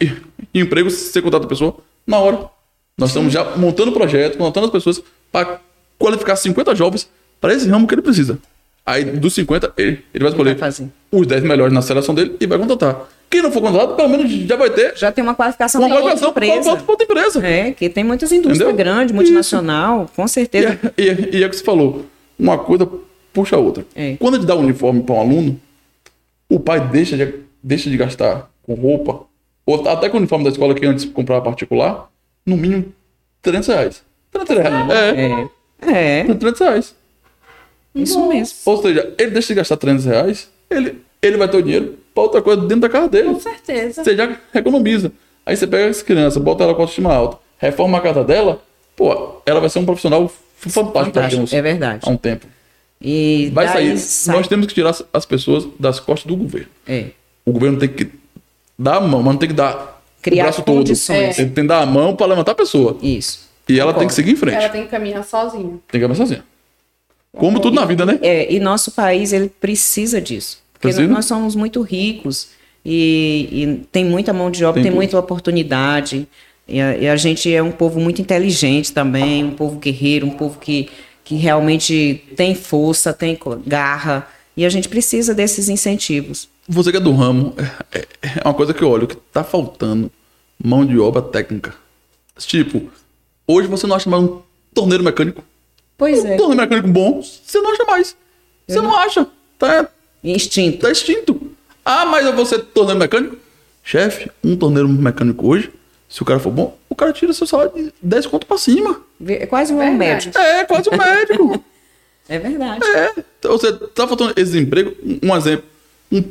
B: E, e, e emprego, você contrata a pessoa na hora. Nós estamos já montando o projeto, montando as pessoas para qualificar 50 jovens para esse ramo que ele precisa. Aí dos 50, ele, ele vai escolher
C: vai fazer.
B: os 10 melhores na seleção dele e vai contratar. Quem não for contratado, pelo menos já vai ter
C: Já tem uma qualificação
B: uma
C: pra outra
B: qualificação para
C: empresa.
B: outra pra outra empresa.
C: É, que tem muitas indústrias
B: Entendeu?
C: grandes, multinacional, com
B: E
C: certeza.
B: é, e, é, e é o que você falou. Uma coisa puxa a outra.
C: É.
B: Quando ele dá um uniforme para um aluno, o pai deixa de, deixa de gastar com roupa, ou tá até com o uniforme da escola que antes comprava particular, no mínimo 300 reais. 300 reais. É,
C: É,
B: 300 reais.
C: isso mesmo.
B: Ou seja, ele deixa de gastar 300 reais, ele, ele vai ter o dinheiro para outra coisa dentro da casa dele.
A: Com certeza.
B: Você já economiza. Aí você pega essa criança, bota ela com autoestima alta, reforma a casa dela, pô, ela vai ser um profissional fantástico, daqui a
C: Fantástico,
B: uns-
C: é verdade.
B: Há um tempo.
C: E
B: Vai
C: daí
B: sair.
C: sai.
B: Nós temos que tirar as pessoas das costas do governo.
C: É.
B: O governo tem que dar a mão, mas não tem que dar
C: Criar
B: o braço todo.
C: condições.
B: Tem, tem que dar a mão para levantar a pessoa.
C: Isso.
B: E ela tem que seguir em frente.
A: Ela tem que caminhar sozinha.
B: Tem que avançar assim. Como tudo na vida, né?
C: É, e nosso país, ele precisa disso. Porque
B: Precisa?
C: nós somos muito ricos e, e tem muita mão de obra,
B: Tem
C: tem,
B: muito.
C: muita oportunidade. E a, e a gente é um povo muito inteligente também, um povo guerreiro, um povo que, que realmente tem força, tem co- garra. E a gente precisa desses incentivos.
B: Você que é do ramo, é, é- é uma coisa que eu olho, que tá faltando mão de obra técnica. Tipo, hoje você não acha mais um torneiro mecânico.
C: Pois
B: Um
C: é.
B: torneiro mecânico bom, você não acha mais. Você não acha. Tá,
C: Instinto.
B: tá extinto. Ah, mas eu vou ser torneiro mecânico? Chefe, um torneiro mecânico hoje, se o cara for bom, o cara tira seu salário de 10 conto pra cima.
C: Vê- É quase um
A: Verdade.
C: médico.
B: É, quase um médico.
C: É verdade.
B: É. Então, você tá faltando esse emprego, um- um exemplo, um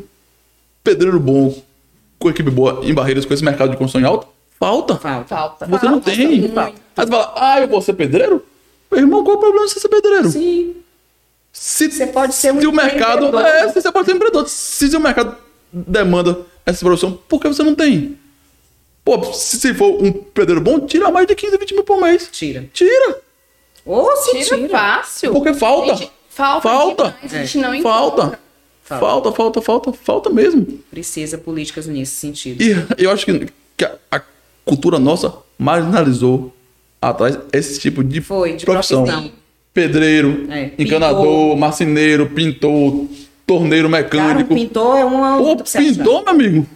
B: pedreiro bom, com equipe boa em barreiras, com esse mercado de construção em alta, falta.
C: Falta.
A: Falta.
B: Você não
A: Falta
B: tem.
A: muito.
B: Aí você fala, ah, eu vou ser pedreiro? Meu irmão, qual é o problema de você ser pedreiro?
C: Sim.
B: Se,
C: Você pode ser um
B: se o mercado.
C: empreendedor.
B: É, você pode ser um empreendedor. Se o mercado demanda essa profissão, por que você não tem? Pô, se, se for um pedreiro bom, tira mais de 15, 20 mil por mês.
C: Tira.
B: Tira!
C: Ou se
A: Tira,
C: tira.
A: fácil.
B: Porque falta.
A: Gente, falta.
B: Falta.
A: demais, A gente não encontra.
B: Falta. Falta, falta, falta, falta mesmo.
C: Precisa políticas nesse sentido.
B: E eu acho que, que a, a cultura nossa marginalizou atrás esse tipo de,
C: Foi, de profissão.
B: Pedreiro,
C: É,
B: encanador,
C: pintor.
B: marceneiro, pintor, torneiro
C: Cara, um
B: mecânico.
C: pintor é uma.
B: Então Pô,
C: obsessão.
B: pintor, meu amigo.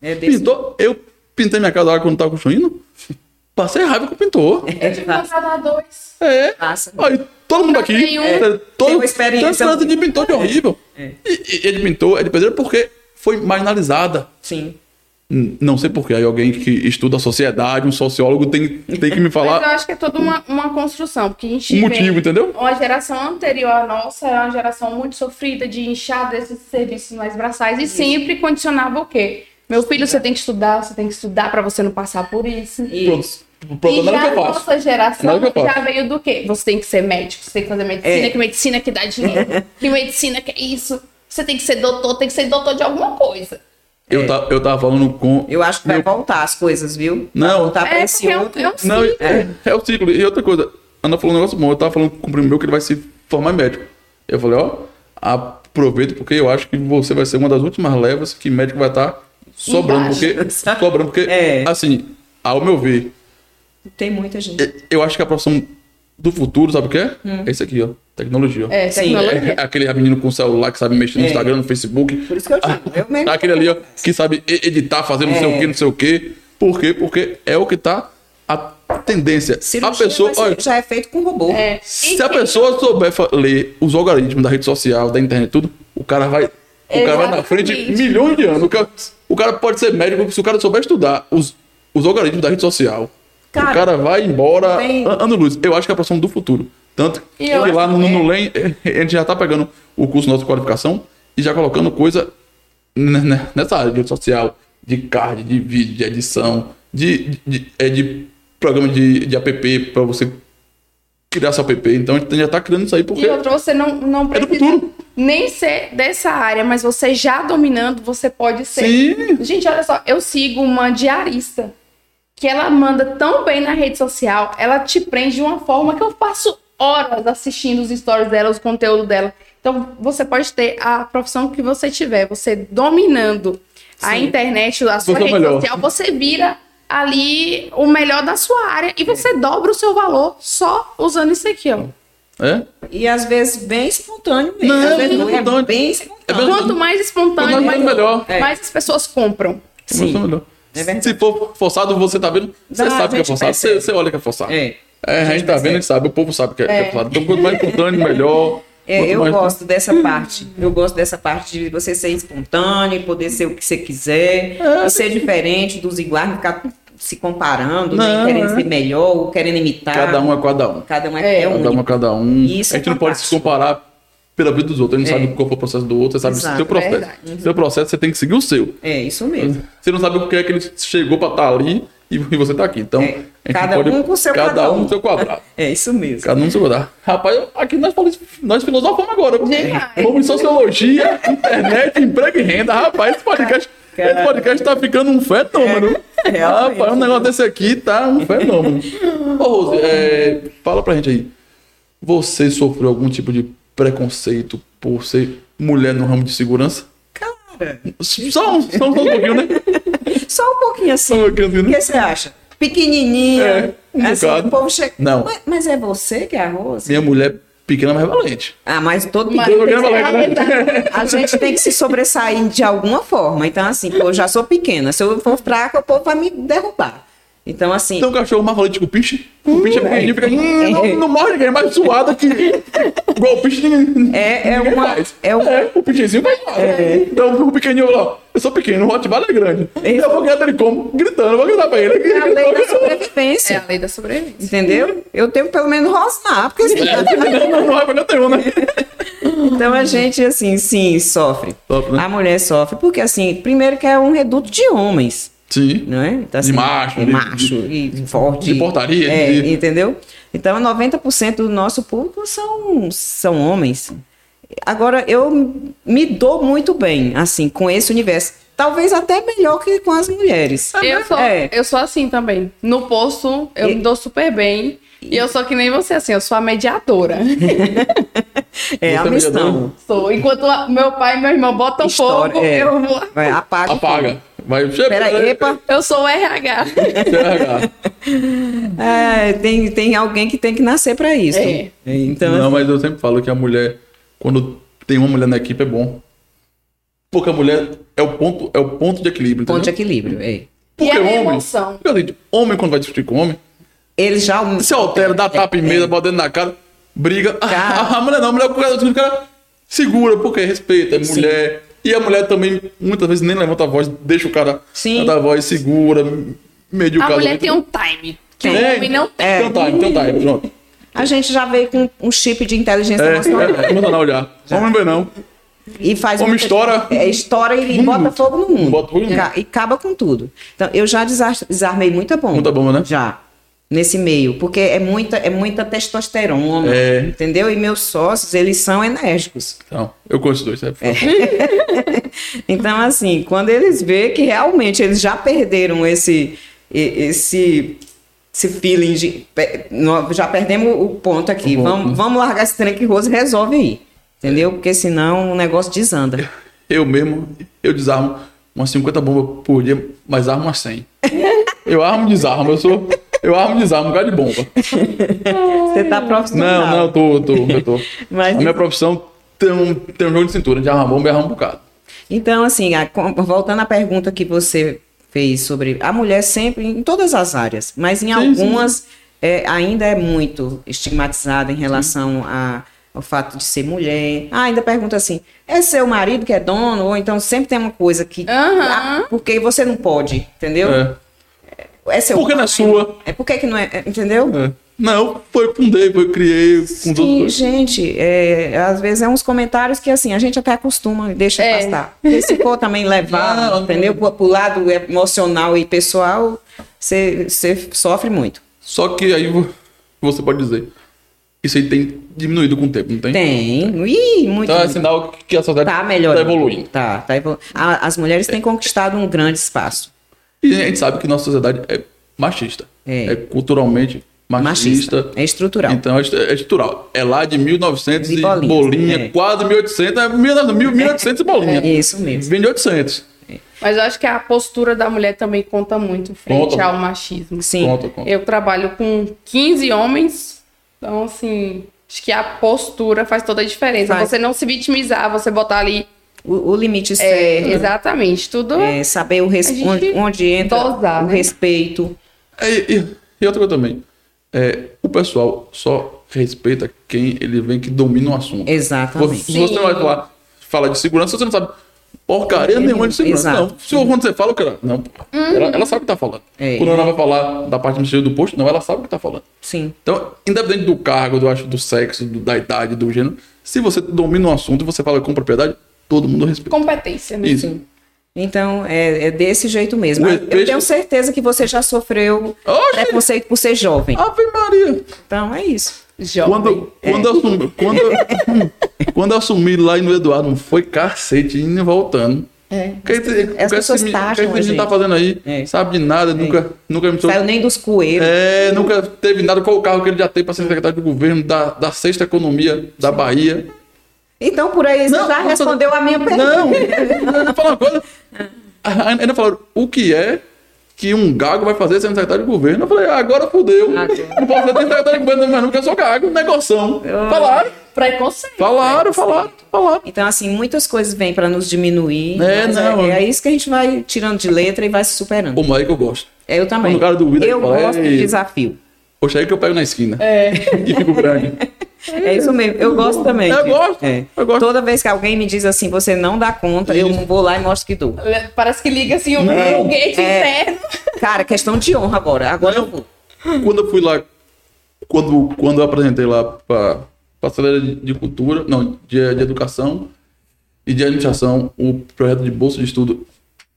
C: É desse...
B: Pintor, eu pintei minha casa lá quando tava construindo. Passei raiva com o pintor.
A: Eu tive
C: fácil.
A: contratar dois.
B: É.
C: Passa.
B: Aí, todo mundo aqui.
A: Tem um-
B: é, todo,
C: Tem uma experiência
B: tanto de pintor de
C: É.
B: horrível.
C: É.
B: E, e ele pintou, é de pedreiro porque foi marginalizada.
C: Sim.
B: Hum, Não sei porquê. Aí alguém que estuda a sociedade, um sociólogo, tem, tem que
A: Mas
B: me
A: eu
B: falar
A: acho que é toda uma, uma construção, porque a gente
B: um
A: vê
B: motivo, entendeu?
A: uma geração anterior à nossa, é uma geração muito sofrida de inchar desses serviços mais braçais e sempre condicionava o quê? Meu filho, você tem que estudar, você tem que estudar pra você não passar por isso.
C: Isso.
B: O problema
A: e
B: era o
A: já
B: que eu
A: a
B: faço.
A: nossa geração
B: Nada que eu
A: já
B: faço.
A: veio do quê? Você tem que ser médico, você tem que fazer medicina,
C: É.
A: que medicina que dá dinheiro, que medicina que é isso. Você tem que ser doutor, tem que ser doutor de alguma coisa.
B: Eu,
C: É.
B: ta- eu tava falando com.
C: Eu acho que vai voltar as coisas, viu?
B: Não.
C: Vai voltar pra
A: É,
C: esse
A: porque é um-
C: outro.
A: é um
B: Não,
A: Sim.
B: é, é o ciclo. E outra coisa, a Ana falou um negócio bom. Eu tava falando com um primo meu que ele vai se formar em médico. Eu falei, ó, aproveita, porque eu acho que você vai ser uma das últimas levas que médico vai estar sobrando.
A: Embaixo,
B: Porque,
C: sabe?
B: sobrando, porque
C: É.
B: assim, ao meu ver,
C: Tem muita gente.
B: e- eu acho que a profissão do futuro, sabe o que é? É isso aqui, ó. Tecnologia.
A: É,
C: Sim.
A: tecnologia.
B: É aquele menino com celular que sabe mexer no Instagram, no Facebook.
C: É. Por isso que eu digo, eu mesmo. É.
B: Tá aquele ali, ó, que sabe e- editar, fazer não sei o que, não sei o que. Por quê? Porque é o que tá a tendência.
C: Cirurgia
B: a pessoa,
C: vai ser-
B: olha,
C: já é feito com robô.
A: É.
B: se a pessoa souber fa- ler os algoritmos da rede social, da internet, tudo, o cara vai. O cara vai na frente
A: Exatamente.
B: milhões de anos. O cara, o cara pode ser médico, se o cara souber estudar os, os algoritmos da rede social,
C: Cara,
B: o cara vai embora
C: tem-
B: an- ano luz. Eu acho que é a profissão do futuro. Tanto
A: E
B: que
A: eu acho
B: lá no,
C: também.
B: no LEM, a gente já tá pegando o curso nosso de qualificação e já colocando coisa n- n- nessa área de rede social, de card, de vídeo, de edição, de, de, é de programa de, de app para você criar seu app. Então a gente já tá criando isso aí porque
A: E outra, você não, não
B: é do
A: precisa
B: futuro.
A: nem ser dessa área, mas você já dominando, você pode ser.
B: Sim.
A: Gente, olha só, eu sigo uma diarista que ela manda tão bem na rede social, ela te prende de uma forma que eu passo horas assistindo os stories dela, os conteúdos dela. Então, você pode ter a profissão que você tiver, você dominando a
C: Sim.
A: internet, a
B: Você
A: sua
B: é o
A: rede
B: melhor.
A: social, você vira ali o melhor da sua área e você dobra o seu valor só usando isso aqui, ó.
B: É?
C: E às vezes bem espontâneo mesmo.
B: Não,
C: às vezes
B: não é
C: é
B: espontâneo.
C: bem
B: É
C: espontâneo.
B: bem-
A: Quanto mais espontâneo,
B: Quanto mais
A: mais,
B: melhor.
C: É.
A: mais as pessoas compram.
C: Sim.
B: Começou melhor.
C: É verdade.
B: Se for forçado, você tá vendo, você
C: Não, a
B: sabe que é
C: gente
B: forçado, você,
C: percebe.
B: você olha que é forçado.
C: É.
B: É, a gente tá vendo, a gente sabe, o povo sabe que é, que é
A: É.
B: forçado. Então, quanto mais espontâneo, melhor.
C: É,
B: Quanto
C: eu
B: mais- né?
C: gosto dessa parte. Eu gosto dessa parte de você ser espontâneo, e poder ser o que você quiser,
B: É.
C: e ser diferente dos iguais, não ficar se comparando, né,
B: Não,
C: querendo
B: é.
C: ser melhor, ou querendo imitar.
B: Cada um é cada um.
C: Cada um é,
A: É.
C: é
B: Cada um a
C: único.
B: cada um.
C: Isso
B: a
C: é
B: gente não pode se
C: fantástico.
B: comparar pela vida dos outros. A gente
C: É.
B: sabe qual foi o processo do outro, você sabe o
C: Exato, Uhum.
B: seu processo.
A: verdade.
B: O Seu processo você tem que seguir o seu.
C: É, isso mesmo.
B: Você não sabe o que é que ele chegou pra estar ali e, e você tá aqui. Então,
C: É.
B: a gente não
C: Cada
B: pode-
C: um com o seu
B: Cada
C: quadrado.
B: um com seu quadrado.
C: É isso mesmo.
B: Cada um no seu lugar. Rapaz, eu- aqui nós, falamos, nós filosofamos agora.
A: Demais.
B: Vamos em sociologia, internet, emprego e renda. Rapaz, esse podcast,
C: Cara.
B: esse podcast tá ficando um fenômeno.
C: É, realmente.
B: Rapaz, um negócio desse aqui tá um fenômeno. Ô, Rose, é, fala pra gente aí. Você sofreu algum tipo de preconceito por ser mulher no ramo de segurança?
C: Cara,
B: Só um, só um pouquinho, né?
C: só um pouquinho
B: Só um
C: assim.
B: pouquinho,
C: O
B: né?
C: que você acha? Pequenininha.
B: É, um
C: assim,
B: bocado.
C: o povo chega.
B: Não.
C: Mas, mas é você que é a Rose?
B: Minha mulher pequena, mas valente.
C: Ah, mas todo
A: Mas-
C: pequeno
B: Todo
C: tem
B: lugar é
C: que ser
B: valente, né?
C: A gente tem que se sobressair de alguma forma. Então, assim, pô, eu já sou pequena. Se eu for fraca, o povo vai me derrubar. Então, assim,
B: Tem um cachorro mais valente que o Piche. O Piche é pequenininho, fica.
C: Uhum.
B: "Hum, não, não morre ninguém, é mais suado que. Igual o Piche ninguém.
C: É- é
B: ninguém
C: uma-
B: faz.
C: é um-
B: o Pichezinho vai embora. Então o pequenininho lá, eu sou pequeno, o Rottweiler é grande. Eu vou ganhar dele como? Gritando, eu vou gritar pra ele.
C: é a lei
A: É
C: da
A: a
C: sobrevivência.
A: lei da sobrevivência.
C: Entendeu? Eu tenho que, pelo menos rosnar, porque assim,
B: É. Não, não, não vai pra lugar nenhum, né?
C: então a gente assim, sim, sofre.
B: Sofre, né?
C: A mulher sofre porque assim, primeiro que é um reduto de homens,
B: Sim.
C: não é? Então, assim,
B: De macho,
C: é
B: de-
C: macho e forte.
B: de portaria,
C: é,
B: de-
C: entendeu? Então 90% do nosso público são são homens. Agora eu me dou muito bem assim com esse universo. Talvez até melhor que com as mulheres.
B: Tá
A: Eu sou,
C: É.
A: eu sou assim também. No posto, eu
C: E-
A: me dou super bem. E eu sou que nem você, assim, eu sou a mediadora.
C: É a
B: Você é
C: missão.
B: mediador?
A: sou. Enquanto a- meu pai e meu irmão botam
C: História,
A: fogo,
C: é.
A: eu vou.
C: Vai, apaga. o
B: Apaga. Vai.
C: fogo. Peraí, epa.
A: Eu sou o RH.
B: Chega.
C: É, tem, tem alguém que tem que nascer pra isso.
A: É.
C: Então,
B: não, mas eu sempre falo que a mulher, quando tem uma mulher na equipe, é bom. Porque a mulher é o ponto, é o ponto de equilíbrio.
C: ponto de
B: entendeu?
C: equilíbrio. é.
A: E
B: Porque
A: é a
B: homem.
A: emoção.
B: Porque, assim, homem, quando vai discutir com homem,
C: Ele já É,
B: se altera,
A: É,
B: dá tapa em mesa, bota dentro na cara, briga. Ah,
C: Cara.
B: A mulher não, a mulher, o cara, o cara segura, porque respeita, é mulher. E a mulher também, muitas vezes, nem levanta a voz, deixa o cara
C: Sim.
B: levantar a voz, segura, meio o
A: A
B: caso.
A: mulher tem um time que o homem não tem.
B: Então tá, então tá, pronto.
C: A gente já veio com um chip de inteligência
B: É,
C: emocional
B: é, é, emocional já. Homem não vê não.
C: e faz
B: Como
C: muita-
B: estoura-
C: é, estoura e
B: No
C: bota
B: mundo.
C: fogo no mundo.
B: Bota fogo no
C: Ca- E acaba com tudo. Então, eu já desar- desarmei muita bomba.
B: Muita bomba, né?
C: Já. Nesse meio, porque é muita, é muita testosterona,
B: É.
C: entendeu? E meus sócios, eles são enérgicos.
B: Então, eu conheço dois, é.
C: Então, assim, quando eles veem que realmente eles já perderam esse, e- esse, esse feeling de. pe- nó- Já perdemos o ponto aqui.
B: O ponto, né?
C: Vamos, vamos largar esse trem que Rose resolve aí. Entendeu? Porque senão o negócio desanda.
B: Eu mesmo, eu desarmo umas 50 bombas por dia, mas armo umas 100. Eu armo e desarmo, eu sou. Eu armo e desarmo um bocado de bomba.
C: Você tá
B: Não,
C: profissional.
B: não, eu tô, eu tô, eu tô.
C: Mas-
B: A minha profissão tem um, tem um jogo de cintura, de arma bomba e arma um bocado.
C: Então, assim, a- com- voltando à pergunta que você fez sobre a mulher sempre, em todas as áreas, mas em algumas é, ainda é muito estigmatizada em relação a- ao fato de ser mulher. Ah, ainda pergunta assim, é seu marido que é dono? Ou então sempre tem uma coisa que...
A: Aham.
C: Ah, porque você não pode, entendeu? É,
B: É.
C: seu
B: Por que não é
C: pai?
B: sua?
C: É por que que não é, é, entendeu?
B: É. Não, foi fundei, foi criei com
C: Sim,
B: todos.
C: gente, é, às vezes é uns comentários que assim, a gente até acostuma e deixa
A: É.
C: passar. E se for também levar,
B: Não,
C: entendeu? Pro, pro lado emocional e pessoal, você você sofre muito.
B: Só que aí vo- você pode dizer, isso aí tem diminuído com o tempo, não tem?
C: Tem. Ih, muito.
B: Então é
C: muito.
B: sinal que a sociedade
C: tá melhorando.
B: tá evoluindo.
C: Tá, tá evolu- A- As mulheres têm conquistado um grande espaço.
B: E a gente sabe que nossa sociedade é machista.
C: É.
B: culturalmente machista.
C: Machista. É estrutural.
B: Então é est- é estrutural. É lá de 1900
C: De
B: e
C: bolinhas,
B: bolinha,
C: é.
B: quase 1800, é 1900, 1800 e bolinha.
C: É isso mesmo.
B: Vem de 800.
A: Mas eu acho que a postura da mulher também conta muito frente
B: Conta.
A: ao machismo.
C: Sim.
B: Conta, conta.
A: Eu trabalho com 15 homens, então assim, acho que a postura faz toda a diferença.
C: Faz.
A: Você não se vitimizar, você botar ali.
C: O, o limite
A: é,
C: certo.
A: exatamente, tudo.
C: é, saber o res...
A: A gente
C: onde, onde entra
A: dosar,
C: o
A: né?
C: respeito.
B: É, E, e- e outra coisa também. É, o pessoal só respeita quem ele vem que domina o assunto.
C: Exatamente.
B: Você, se você não vai falar, fala de segurança, você não sabe porcaria nenhuma de segurança.
C: Exato. Uhum.
B: Não. Se quando você fala, o cara. Não, pô. ela, ela sabe o que tá falando.
C: É.
B: Quando ela vai falar da parte administrativa do posto, não, ela sabe o que tá falando.
C: Sim.
B: Então, independente do cargo, eu acho, do sexo, do- da idade, do gênero, se você domina um assunto e você fala com propriedade, todo mundo respeita.
A: Competência, né?
B: Isso.
C: Então, é, é desse jeito mesmo.
B: O
C: Ah, Eu
B: efeito-
C: tenho certeza que você já sofreu
B: Oxe!
C: preconceito por ser jovem.
B: Ave Maria!
C: Então, é isso.
A: Jovem.
B: Quando, quando, eu assumi, quando, eu- quando eu assumi lá no Eduardo, foi cacete, indo e voltando.
A: É.
B: Quer dizer,
C: as
B: o que
C: pessoas
B: esse,
C: taxam
B: taxam, que
C: a
B: esse menino
C: gente.
B: tá fazendo aí,
C: É.
B: sabe de nada, nunca, nunca me
C: Saiu nem dos coelhos.
B: É, nunca teve nada. Qual o carro que ele já teve para ser secretário de governo da, da sexta economia da Bahia?
C: Então, por aí, você
B: Não,
C: já
B: não,
C: respondeu a minha pergunta.
B: Não, ainda falar uma coisa. A- Ainda falaram, o que é que um gago vai fazer sendo secretário de governo? Eu falei, ah, agora fudeu.
C: Agora.
B: Não posso ser secretário de governo mais nunca, eu sou gago. Negoção. Falaram,
A: Ah. Preconceito.
B: falaram, falaram, falaram.
C: Então, assim, muitas coisas vêm para nos diminuir.
B: É,
C: mas
B: não.
C: É, é isso que a gente vai tirando de letra e vai se superando.
B: O moleque eu gosto.
C: Eu também.
B: Quando o cara duvida,
C: eu
B: ele fala,
C: gosto de
B: "Ei".
C: desafio.
B: Poxa, aí que eu pego na esquina.
A: É.
B: E fico grande.
C: É isso mesmo. Eu gosto também.
B: Eu
C: disso.
B: gosto,
C: É.
B: eu gosto.
C: Toda vez que alguém me diz assim, você não dá conta, eu vou lá e mostro que dou.
A: Parece que liga assim um
B: Não.
A: foguete
C: É.
A: interno.
C: Cara, questão de honra agora. Agora eu vou.
B: Quando eu fui lá, quando, quando eu apresentei lá para parceleira de, de cultura, não, de, de educação e de administração, o projeto de bolsa de estudo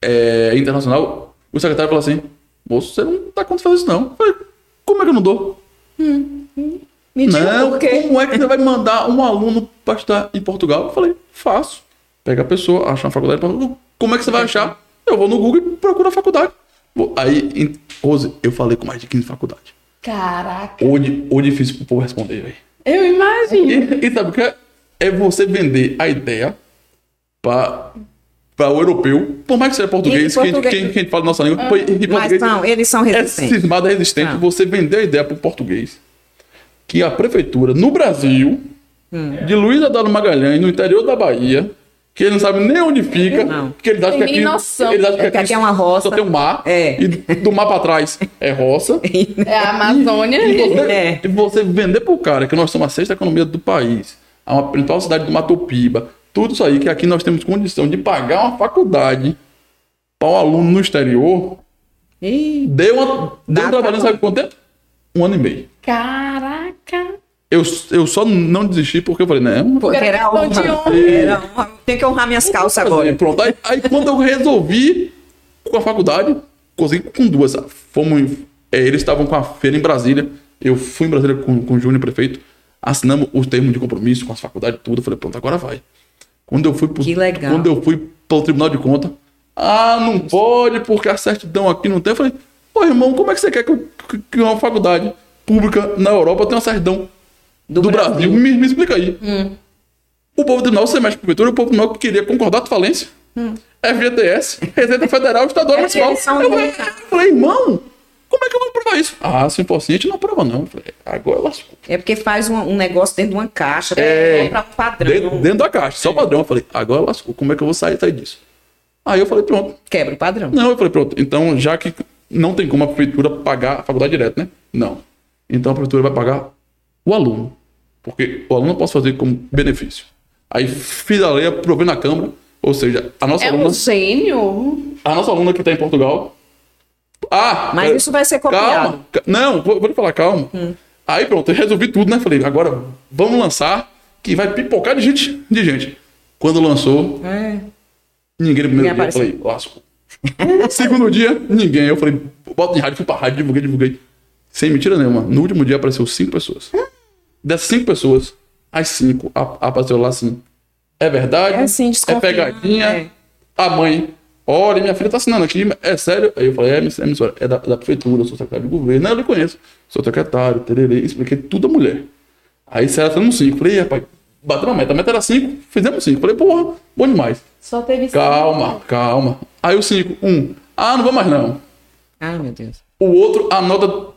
B: é, internacional, o secretário falou assim, moço, você não tá conseguindo fazer isso não. Eu falei, como é que eu não dou?
C: Me diga
B: não,
C: por quê.
B: como é que você vai mandar um aluno para estudar em Portugal? Eu falei, faço. Pega a pessoa, acha uma faculdade, em Portugal. como é que você vai achar? Eu vou no Google e procuro a faculdade. Bom, Aí, em- Rose, eu falei com mais de 15 faculdades.
A: Caraca.
B: Ou, di- ou difícil pro povo responder, velho.
A: Eu imagino.
B: E, e sabe o que é? É você vender a ideia pra, pra o europeu, por mais que seja português,
C: E português- Ah.
B: Quem, quem, quem fala nossa língua, pô, e
C: Mas
B: português
C: não, eles são
B: é
C: resistentes.
B: cismado, é resistente.
C: Não.
B: Você vender a ideia pro português que a prefeitura no Brasil, de Luiz Adalo Magalhães, no interior da Bahia, que ele não sabe nem onde fica,
C: Não.
B: porque eles acham que
A: Tem
B: aqui,
A: nem noção.
B: eles acham
C: É que aqui é uma roça.
B: só tem o mar,
C: É.
B: e do mar pra trás é roça.
A: É a Amazônia.
B: E você,
C: É.
B: e você vender pro cara que nós somos a sexta economia do país, a uma principal cidade do Mato Piba, tudo isso aí que aqui nós temos condição de pagar uma faculdade para um aluno no exterior,
C: Ih,
B: deu uma. Deu
C: Dá
B: um trabalhando,
C: trabalho.
B: sabe quanto tempo? Um ano e meio.
A: Caraca.
B: Eu, eu só não desisti porque eu falei, não. é
C: porque
A: Era
C: era
A: questão de
C: honra.
A: honra.
C: Era honra. Tem que honrar minhas calças agora.
B: Pronto. Aí, aí quando eu resolvi com a faculdade, consegui com duas. Fomos. em- é, eles estavam com a feira em Brasília. Eu fui em Brasília com, com o Júnior prefeito. Assinamos os termos de compromisso com as faculdades, tudo. Eu falei, pronto, agora vai. Quando eu fui pro,
C: Que legal.
B: Quando eu fui pelo Tribunal de Conta, ah, não pode, porque a certidão aqui não tem. Eu falei, pô, irmão, como é que você quer que, eu- que- que uma faculdade pública na Europa tenha uma certidão do, Brasil? Me, me explica aí.
C: Hum.
B: O povo do tribunal, você mexe com prefeitura, o povo do tribunal que queria concordar com falência. É FGTS, Receita Federal, Estadual
C: Hum. É,
B: Municipal.
C: eles são
B: Eu falei,
C: limitados.
B: eu falei, irmão, Como é que eu vou provar isso? Ah, se for assim, a gente não prova, não. Eu falei, Agora lascou.
C: É porque faz um, um negócio dentro de uma caixa,
B: É.
C: pra um padrão. É.
B: Dentro, dentro da caixa, só padrão. Eu falei, agora lascou. Como é que eu vou sair, sair disso? Aí eu falei, pronto.
C: Quebra o padrão.
B: Não, eu falei, pronto, então já que não tem como a prefeitura pagar a faculdade direto, né? Não. Então a prefeitura vai pagar o aluno. Porque o aluno eu posso fazer como benefício. Aí fiz a lei, aprovei na Câmara. Ou seja, a nossa,
A: É
B: aluna,
A: um gênio.
B: a nossa aluna que está em Portugal. Ah!
C: Mas
B: pera-
C: isso vai ser copiado. Hum.
B: Calma! ca- Não, vou, vou lhe falar, calma. Aí pronto, eu resolvi tudo, né? Falei, agora vamos lançar, que vai pipocar de gente. De gente. Quando lançou,
C: É.
B: Ninguém no primeiro
C: Ninguém
B: dia. Eu
C: apareceu.
B: falei, lasco. Segundo dia, ninguém. Eu falei, bota em rádio, fui pra rádio, divulguei, divulguei. Sem mentira nenhuma. No último dia apareceu cinco pessoas. Dessas cinco pessoas, as cinco a- apareceu lá assim. É verdade?
C: É assim,
B: É
C: desconfiando,
B: pegadinha?
C: é.
B: A mãe, olha, minha filha tá assinando aqui, é sério? Aí eu falei, é, miss- é, miss, olha, é da, da prefeitura, eu sou secretário de governo. Não, eu lhe conheço. Sou secretário, tererê, expliquei tudo a mulher. Aí será que cinco? Falei, rapaz, bateu a meta. A meta era cinco, fizemos cinco. Falei, porra, bom demais.
A: Só teve
B: Calma, calma. Aí o 5, um. Ah, não vou mais não.
C: Ai, meu Deus.
B: O outro, a nota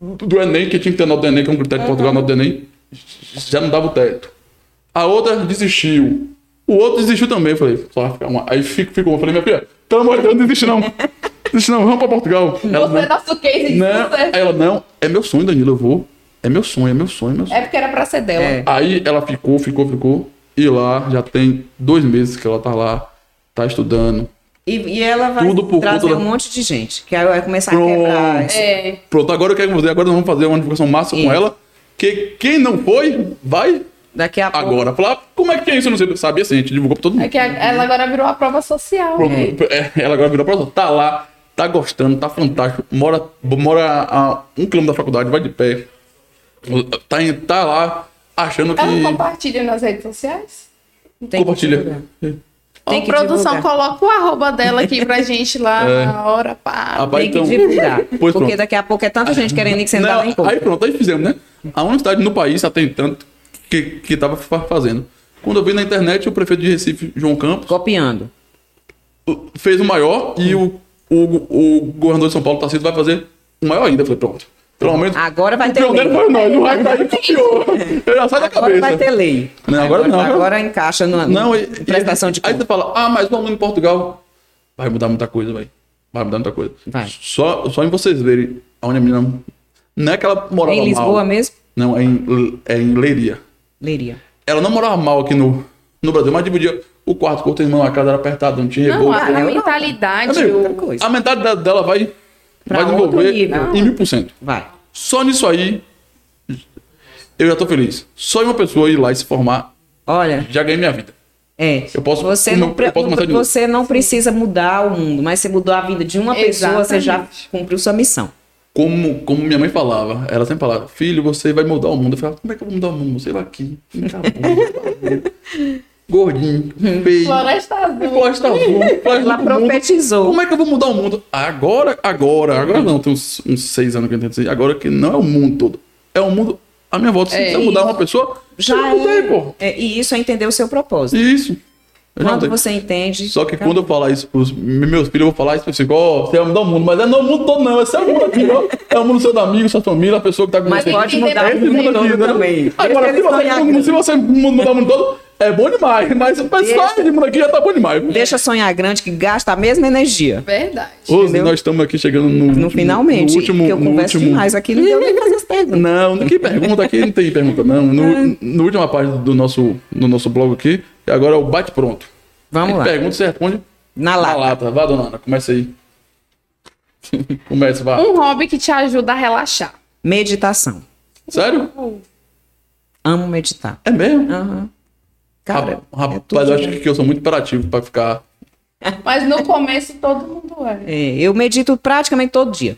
B: do Enem, que tinha que ter nota do Enem, que é um critério de Portugal, nota do Enem, já não dava o teto. A outra desistiu. O outro desistiu também. Eu falei, só vai ficar uma. Aí fico- ficou, eu falei, minha filha, pelo amor de Deus, não desiste não. Desiste não, vamos pra Portugal. Ela,
A: Você é
B: não.
A: nosso case de
B: não.
A: sucesso.
B: Aí ela, não, é meu sonho, Danilo, eu vou. É meu sonho, é meu sonho, é meu sonho.
A: É porque era pra ser dela.
C: É.
B: Aí ela ficou, ficou, ficou. E lá já tem dois meses que ela tá lá, tá estudando.
C: E, e ela vai
B: Tudo por
C: trazer
B: conta da-
C: um monte de gente. Que aí vai começar
B: Pronto.
C: a quebrar. esse-
A: É.
B: Pronto, agora o que é que vamos fazer? Agora nós vamos fazer uma divulgação massa
C: Isso.
B: com ela. Que quem não foi, vai
C: Daqui a pouco.
B: agora. Falar, como é que é isso? Eu não sei. Sabia sim, a gente divulgou pra todo mundo.
A: É que a- ela agora virou a prova social.
B: Pronto, é, ela agora virou professora. Tá lá, tá gostando, tá fantástico. Mora, mora a um quilômetro da faculdade, vai de pé. Tá, em- tá lá, achando que.
A: Ela não compartilha nas redes sociais?
C: Tem que
B: Compartilha.
C: divulgar. Tem
A: Ô,
C: que
A: produção,
C: divulgar.
A: coloca o arroba dela aqui pra gente lá
B: É.
A: na hora. Pá.
B: Rapaz,
C: Tem que
B: então-
C: divulgar.
B: Pois
C: porque
B: pronto.
C: daqui a pouco é tanta gente querendo ir que você não, dá nem
B: Não,
C: conta.
B: aí pronto, aí fizemos, né? A universidade no país até tanto que, que tava fa- fazendo. Quando eu vi na internet, o prefeito de Recife, João Campos,
C: Copiando.
B: fez o maior e o, o, o governador de São Paulo, Tarcísio, vai fazer o maior ainda. Eu falei, pronto. Pelo menos.
C: Agora vai
B: o tá
C: ter
B: pioneiro
C: lei.
B: foi nós, não vai cair copiou. Eu já sai da
C: Agora
B: cabeça.
C: vai ter lei.
B: Não, agora não, agora-
C: Agora, encaixa na
B: Não, e,
C: na prestação
B: e-
C: de
B: Aí
C: conta.
B: você fala, ah, mas o aluno em Portugal. Vai mudar muita coisa, vai. Vai mudar muita coisa.
C: Vai.
B: Só, só em vocês verem aonde a menina. Não é que ela morava
C: Em Lisboa
B: mal.
C: mesmo?
B: Não, é em, é em Leiria.
C: Leiria.
B: Ela não morava mal aqui no, no Brasil, mas dividia o quarto com o irmão, a casa era apertada, não tinha
A: Não,
B: reboco.
A: a, a
C: eu não.
A: mentalidade.
B: Amigo,
A: o-
C: outra É, coisa.
B: A mentalidade dela vai,
C: Pra
B: vai
C: outro
B: desenvolver
C: nível.
B: em mil por cento.
C: Vai.
B: Só nisso aí, eu já tô feliz. Só em uma pessoa ir lá e se formar,
C: Olha,
B: já ganhei minha vida.
C: é.
B: Eu posso-
C: você
B: eu
C: não,
B: não-
C: pre-
B: eu posso
C: não-
B: mostrar de novo.
C: você não precisa mudar o mundo, mas você mudou a vida de uma pessoa, você já
A: Exatamente.
C: cumpriu sua missão.
B: Como, como minha mãe falava, ela sempre falava, filho, você vai mudar o mundo. Eu falava, como é que eu vou mudar o mundo? Sei lá aqui. em Cabuna, Gordinho, um feio.
A: Floresta azul.
B: Floresta azul. Floresta
C: Ela
B: azul pro um, mundo.
C: profetizou.
B: Como é que eu vou mudar o mundo? Agora, agora, agora não, tem uns, uns seis anos que eu entendo isso aí. Agora que não é o mundo todo. É o mundo. A minha volta, se
A: É
B: você mudar
A: isso.
B: uma pessoa,
C: Já
B: eu mudei,
C: é,
B: pô.
C: é, E isso é entender o seu propósito.
B: Isso. Eu já
C: Quando
B: mudei.
C: você entende.
B: Só que quando eu falar isso pros meus filhos, eu vou falar isso pra você, ó, você vai mudar o mundo, mas é não o mundo todo, não. Esse é o mundo aqui, ó. É o mundo seu amigo, sua família, a pessoa que tá com
C: Mas
B: você.
C: pode
A: Tem que
C: mudar o
A: entender
C: mundo todo
B: né?
C: também. é
B: Agora,
C: Deixa
B: se
C: eles
B: você,
C: sonhar
B: se
C: grande.
B: você mudar o mundo todo, é bom demais. Mas o pessoal
C: Deixa.
B: de mundo aqui já tá bom demais.
C: Deixa sonhar grande que gasta a mesma energia.
A: Verdade.
B: Rose,
C: Entendeu?
B: nós estamos aqui chegando no,
C: No
B: último-
C: finalmente.
B: no último,
C: que eu
B: no
C: converso
B: último-
C: demais aqui, não deu nem fazer as perguntas.
B: Não, que pergunta aqui não tem pergunta, não.
C: É.
B: No, no última parte do nosso, do nosso blog aqui, agora é o bate pronto.
C: Vamos lá.
B: Pergunta, você responde
C: Na
B: na
C: lata.
B: lata. Vá, dona Ana, começa aí. começa, vá.
A: Um hobby que te ajuda a relaxar.
C: Meditação.
B: Sério?
C: Amo meditar.
B: É mesmo?
C: Aham. Ah, Cara,
B: Ra- rapaz,
C: é tudo
B: eu
C: de
B: acho que eu sou muito imperativo pra ficar.
A: Mas no começo todo mundo é.
C: É, eu medito praticamente todo dia.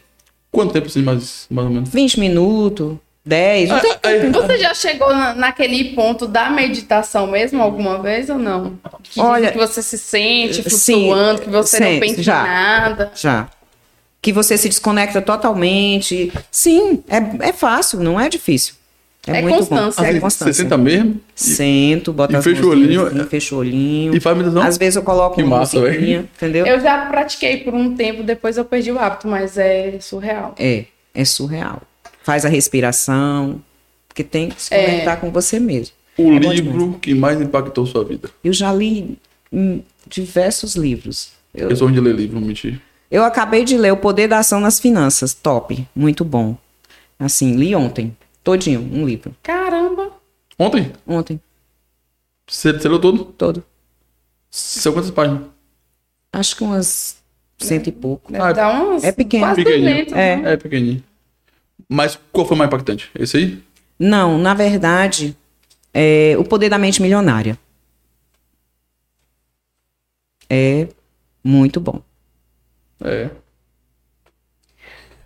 B: Quanto tempo assim, mais, mais ou menos?
C: 20 minutos, 10. não tem-
B: Ah, aí-
A: Você já chegou na- naquele ponto da meditação mesmo alguma vez ou não? Que,
C: Olha,
A: que você se sente
C: sim,
A: flutuando, que você não
C: sim,
A: pensa
C: já.
A: em nada.
C: Já. Que você se desconecta totalmente. Sim, é, é fácil, não é difícil.
A: É
C: muito
A: constância,
C: bom.
A: é
C: É
B: Você
C: constância.
B: senta assim, mesmo
C: Sento, boto
B: e
C: as
B: fecha o
C: mãozinhas
B: olhinho, é.
C: assim, fecho o olhinho.
B: e faz meditação?
C: Às vezes eu coloco
B: Que
C: uma
B: massa, velho.
C: musiquinha, entendeu?
A: Eu já pratiquei por um tempo, depois eu perdi o hábito, mas é surreal.
C: É, é surreal. Faz a respiração, porque tem que se
A: É.
C: conectar com você mesmo.
B: O
C: É bom demais.
B: livro que mais impactou sua vida.
C: Eu já li hum, diversos livros. Eu,
B: Eu sou ruim de ler livro, não mentir.
C: eu acabei de ler O Poder da Ação nas Finanças, top, muito bom. Assim, li ontem, todinho, um livro.
A: Caramba!
B: Ontem?
C: Ontem,
B: Você, você leu todo?
C: todo.
B: São quantas páginas?
C: Acho que umas cento e pouco.
A: Deve
B: Ah,
A: dar umas
C: é pequeno.
A: quase
B: Pequeno,
A: 200,
C: é.
A: né?
B: É, pequenininho. Mas qual foi o mais impactante? Esse aí?
C: Não, na verdade, é O Poder da Mente Milionária. É muito bom.
B: É.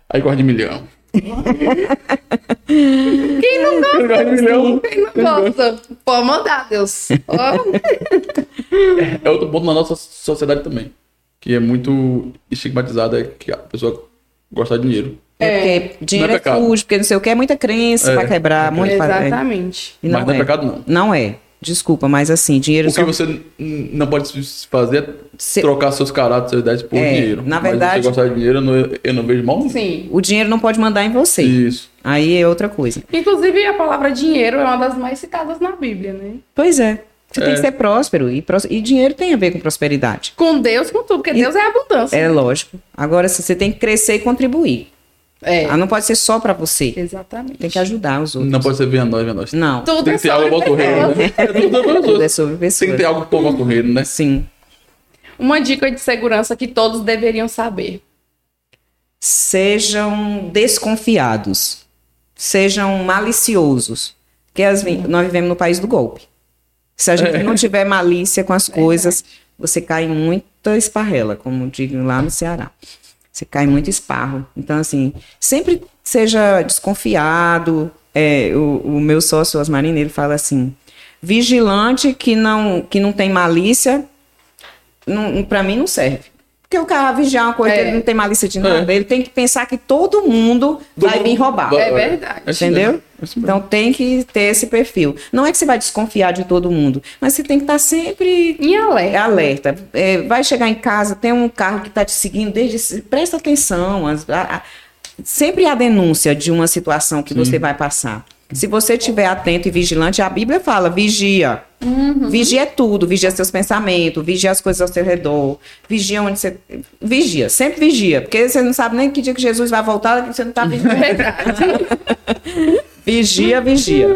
B: Aí guarda de milhão.
A: Quem não gosta?
B: Guarda de milhão.
A: Quem não gosta? Pô, mandar, Deus. Ó,
B: É outro ponto na nossa sociedade também. Que é muito estigmatizada, é que a pessoa gosta de dinheiro.
C: É porque dinheiro
B: Não é
C: é,
B: pecado.
C: sujo, porque não sei o que, é muita crença
B: É.
C: pra quebrar, muito pra- é.
A: Exatamente.
C: E
B: Mas não é pecado, não.
C: Não é. Desculpa, mas assim, dinheiro
B: O que
C: só.
B: você n- não pode se fazer é
C: Se-
B: trocar seus caráteres, seus ideias por
C: É,
B: dinheiro.
C: na
B: Mas
C: verdade-
B: você gostar de dinheiro, eu não, eu não vejo mal nenhum.
A: Sim.
C: O dinheiro não pode mandar em você.
B: Isso.
C: Aí é outra coisa.
A: Inclusive, a palavra dinheiro é uma das mais citadas na Bíblia, né?
C: Pois é. Você
B: É.
C: tem que ser próspero. E, prós- e dinheiro tem a ver com prosperidade.
A: Com Deus, com tudo, porque Deus é abundância.
C: É lógico. Agora, assim, você tem que crescer e contribuir.
A: É.
C: Ah, não pode ser só pra você.
A: Exatamente.
C: Tem que ajudar os outros.
B: Não pode ser ver a nós, ver a nós.
C: Não.
A: Tudo
B: Tem
A: é
B: que ter
A: sobre
B: algo contra o reino,
A: pessoas.
B: né? É tudo sobre os
C: Tudo é
B: outros.
C: sobre
B: Tem que ter
C: pessoas.
B: algo contra o reino, né?
C: Sim.
A: Uma dica de segurança que todos deveriam saber.
C: sejam desconfiados, sejam maliciosos, porque às ve- nós vivemos no país do golpe. Se a gente não tiver malícia com as coisas, você cai em muita esparrela, como digo lá no Ceará. Você cai em muito esparro. Então, assim, sempre seja desconfiado. É, o, o meu sócio, Osmar ele fala assim, vigilante que não, que não tem malícia, não, pra mim não serve. Porque o cara vigiar uma coisa,
A: É.
C: ele não tem malícia de nada.
B: É.
C: Ele tem que pensar que todo mundo
B: Todo
C: vai
B: mundo
C: vir roubar.
B: vai-
A: É verdade.
B: isso
C: Entendeu?
B: mesmo, é isso mesmo.
C: Então tem que ter esse perfil. Não é que você vai desconfiar de todo mundo, mas você tem que estar sempre
A: Em alerta.
C: alerta. É, vai chegar em casa, tem um carro que está te seguindo desde. ce- Presta atenção. as- a- a- sempre há denúncia de uma situação que você vai passar. Se você estiver atento e vigilante, a Bíblia fala: vigia. Vigia é tudo, vigia seus pensamentos, vigia as coisas ao seu redor, vigia onde você. Vigia, sempre vigia, porque você não sabe nem que dia que Jesus vai voltar, que você não está vigiando.
A: É
C: vigia, vigia.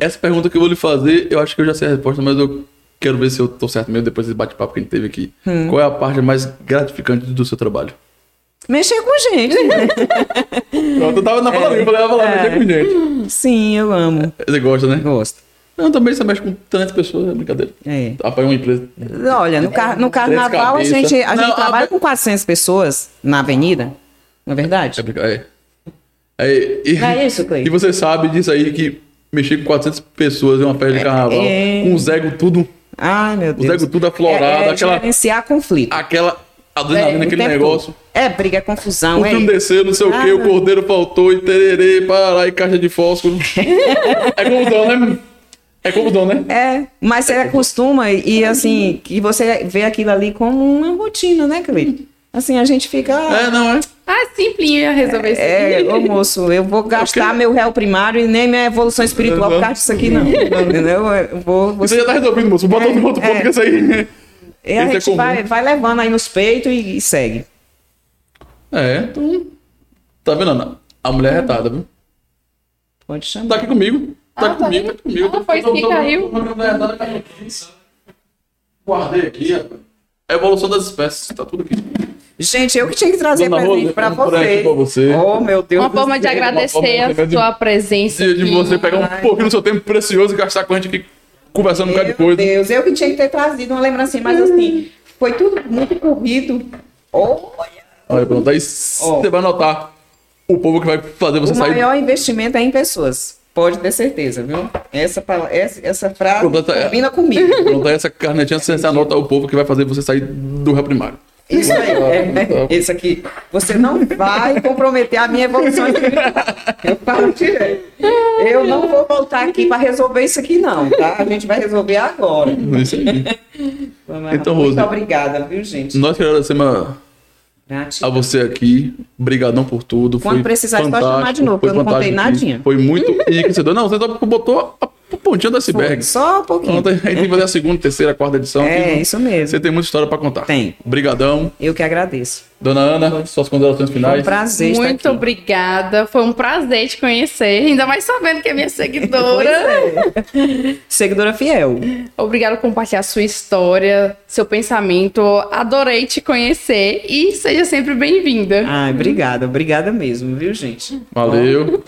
B: Essa pergunta que eu vou lhe fazer, eu acho que eu já sei a resposta, mas eu quero ver se eu tô certo mesmo depois desse bate-papo que a gente teve aqui.
C: Hum.
B: Qual é a parte mais gratificante do seu trabalho?
C: Mexer com gente. né?
B: Pronto, eu tava
C: É.
B: na palavra, eu falei, eu falava, mexer com gente.
C: Sim, eu amo.
B: Você gosta, né?
C: Gosto.
B: Não, também você mexe com 300 pessoas, é brincadeira.
C: É.
B: Apoia uma empresa.
C: Olha, no, car- no carnaval a
B: cabeças.
C: gente, a
B: Não,
C: gente
B: a-
C: trabalha com 400 pessoas na avenida, não é
B: É
C: verdade?
B: brincadeira. É. É, e,
C: Não é isso, Clay?
B: E você sabe disso aí que mexer com 400 pessoas em uma festa de carnaval,
C: é.
B: com os ego tudo,
C: Ai, meu Deus.
B: ego tudo aflorado,
C: é, é
B: aquela-
C: gerenciar conflito.
B: aquela
C: O
B: adrenalina, aquele
C: tempo
B: negócio.
C: todo. É briga, é confusão,
B: O
C: é.
B: filme desceu, não sei o que,
C: Ah,
B: o
C: não.
B: cordeiro faltou, e tererê, pará, e caixa de fósforo. é confusão, né? É confusão, né?
C: É, mas você acostuma e assim, que você vê aquilo ali como uma rotina, né, Clay? Assim, a gente fica. ah,
B: É, não, é.
A: Ah, simplinho ia resolver isso.
C: É, ô moço, eu
B: É
C: vou gastar meu réu primário e nem minha evolução espiritual por causa disso aqui, não. Entendeu? Eu vou, vou
B: Você já tá resolvido, moço.
C: É,
B: Bota outro ponto, ponto que isso aí.
C: E a
B: Esse é
C: gente
B: comum.
C: vai, vai levando aí nos peitos e, e segue.
B: É, então. Tá vendo, Ana? A mulher é retada, viu?
C: Pode chamar.
B: Tá aqui comigo.
A: Ah,
B: Tá aqui
A: tá
B: comigo, tá
A: aqui?
B: aqui comigo.
A: Ah, foi isso que caiu.
B: Guardei aqui, rapaz. A evolução das espécies, tá tudo aqui.
C: Gente, eu que tinha que trazer
B: Dona
C: presente
B: Rosa,
C: pra
B: um presente
C: você.
B: pra você.
C: Oh, meu Deus.
A: Uma
C: do
A: forma de
C: céu.
A: agradecer
B: uma forma
A: a
B: de-
A: sua presença.
B: Se de
A: aqui.
B: você pegar um
C: Ai.
B: pouquinho do seu tempo precioso e gastar com a gente aqui conversando um bocado de
C: Meu
B: coisa.
C: Deus, eu que tinha que ter trazido uma lembrancinha, mas
A: Hum.
C: assim, foi tudo muito corrido. Olha.
B: Olha, pronto. Aí você
C: Ó.
B: vai notar o povo que vai fazer você
C: o
B: sair.
C: maior investimento é em pessoas. Pode ter certeza, viu? Essa, pala- essa, essa frase
B: Completa-
C: combina comigo.
B: Pronto, aí essa carnetinha você anota o povo que vai fazer você sair do Tá, réu primário.
C: Isso aí, é,
B: Muito
C: é, esse aqui. Você não vai comprometer a minha evolução espiritual. Eu falo direito. Eu não vou voltar aqui para resolver isso aqui, não, tá? A gente vai resolver agora.
A: É.
B: Isso aí.
C: Vamos lá.
B: Então, Hum,
C: Muito
B: Rose.
C: obrigada, viu, gente?
B: Nós queremos agradecer a- a
C: Gratidão.
B: você aqui. Obrigadão por tudo.
C: Quando
B: foi
C: precisar, pode
B: fantástico,
C: chamar de novo,
B: foi
C: eu não contei
B: fantástico isso.
C: nadinha.
B: Foi muito enriquecedor. Não, você só botou a pontinha do iceberg.
C: Só um pouquinho.
B: Ontem a gente tem que fazer a segunda, terceira, quarta edição.
C: É,
B: aqui.
C: isso mesmo.
B: Você tá tem muita história pra contar.
C: Tem.
B: Obrigadão.
C: Eu que agradeço.
B: Dona Ana, suas considerações
C: Foi um
B: finais.
C: prazer estar
A: Muito
C: aqui.
A: obrigada, foi um prazer te conhecer, ainda mais sabendo que é minha
C: Pois
A: seguidora.
C: é. Seguidora fiel.
A: Obrigada por compartilhar sua história, seu pensamento. Adorei te conhecer e seja sempre bem-vinda.
C: Ai, obrigada, obrigada mesmo, viu, gente?
B: Valeu.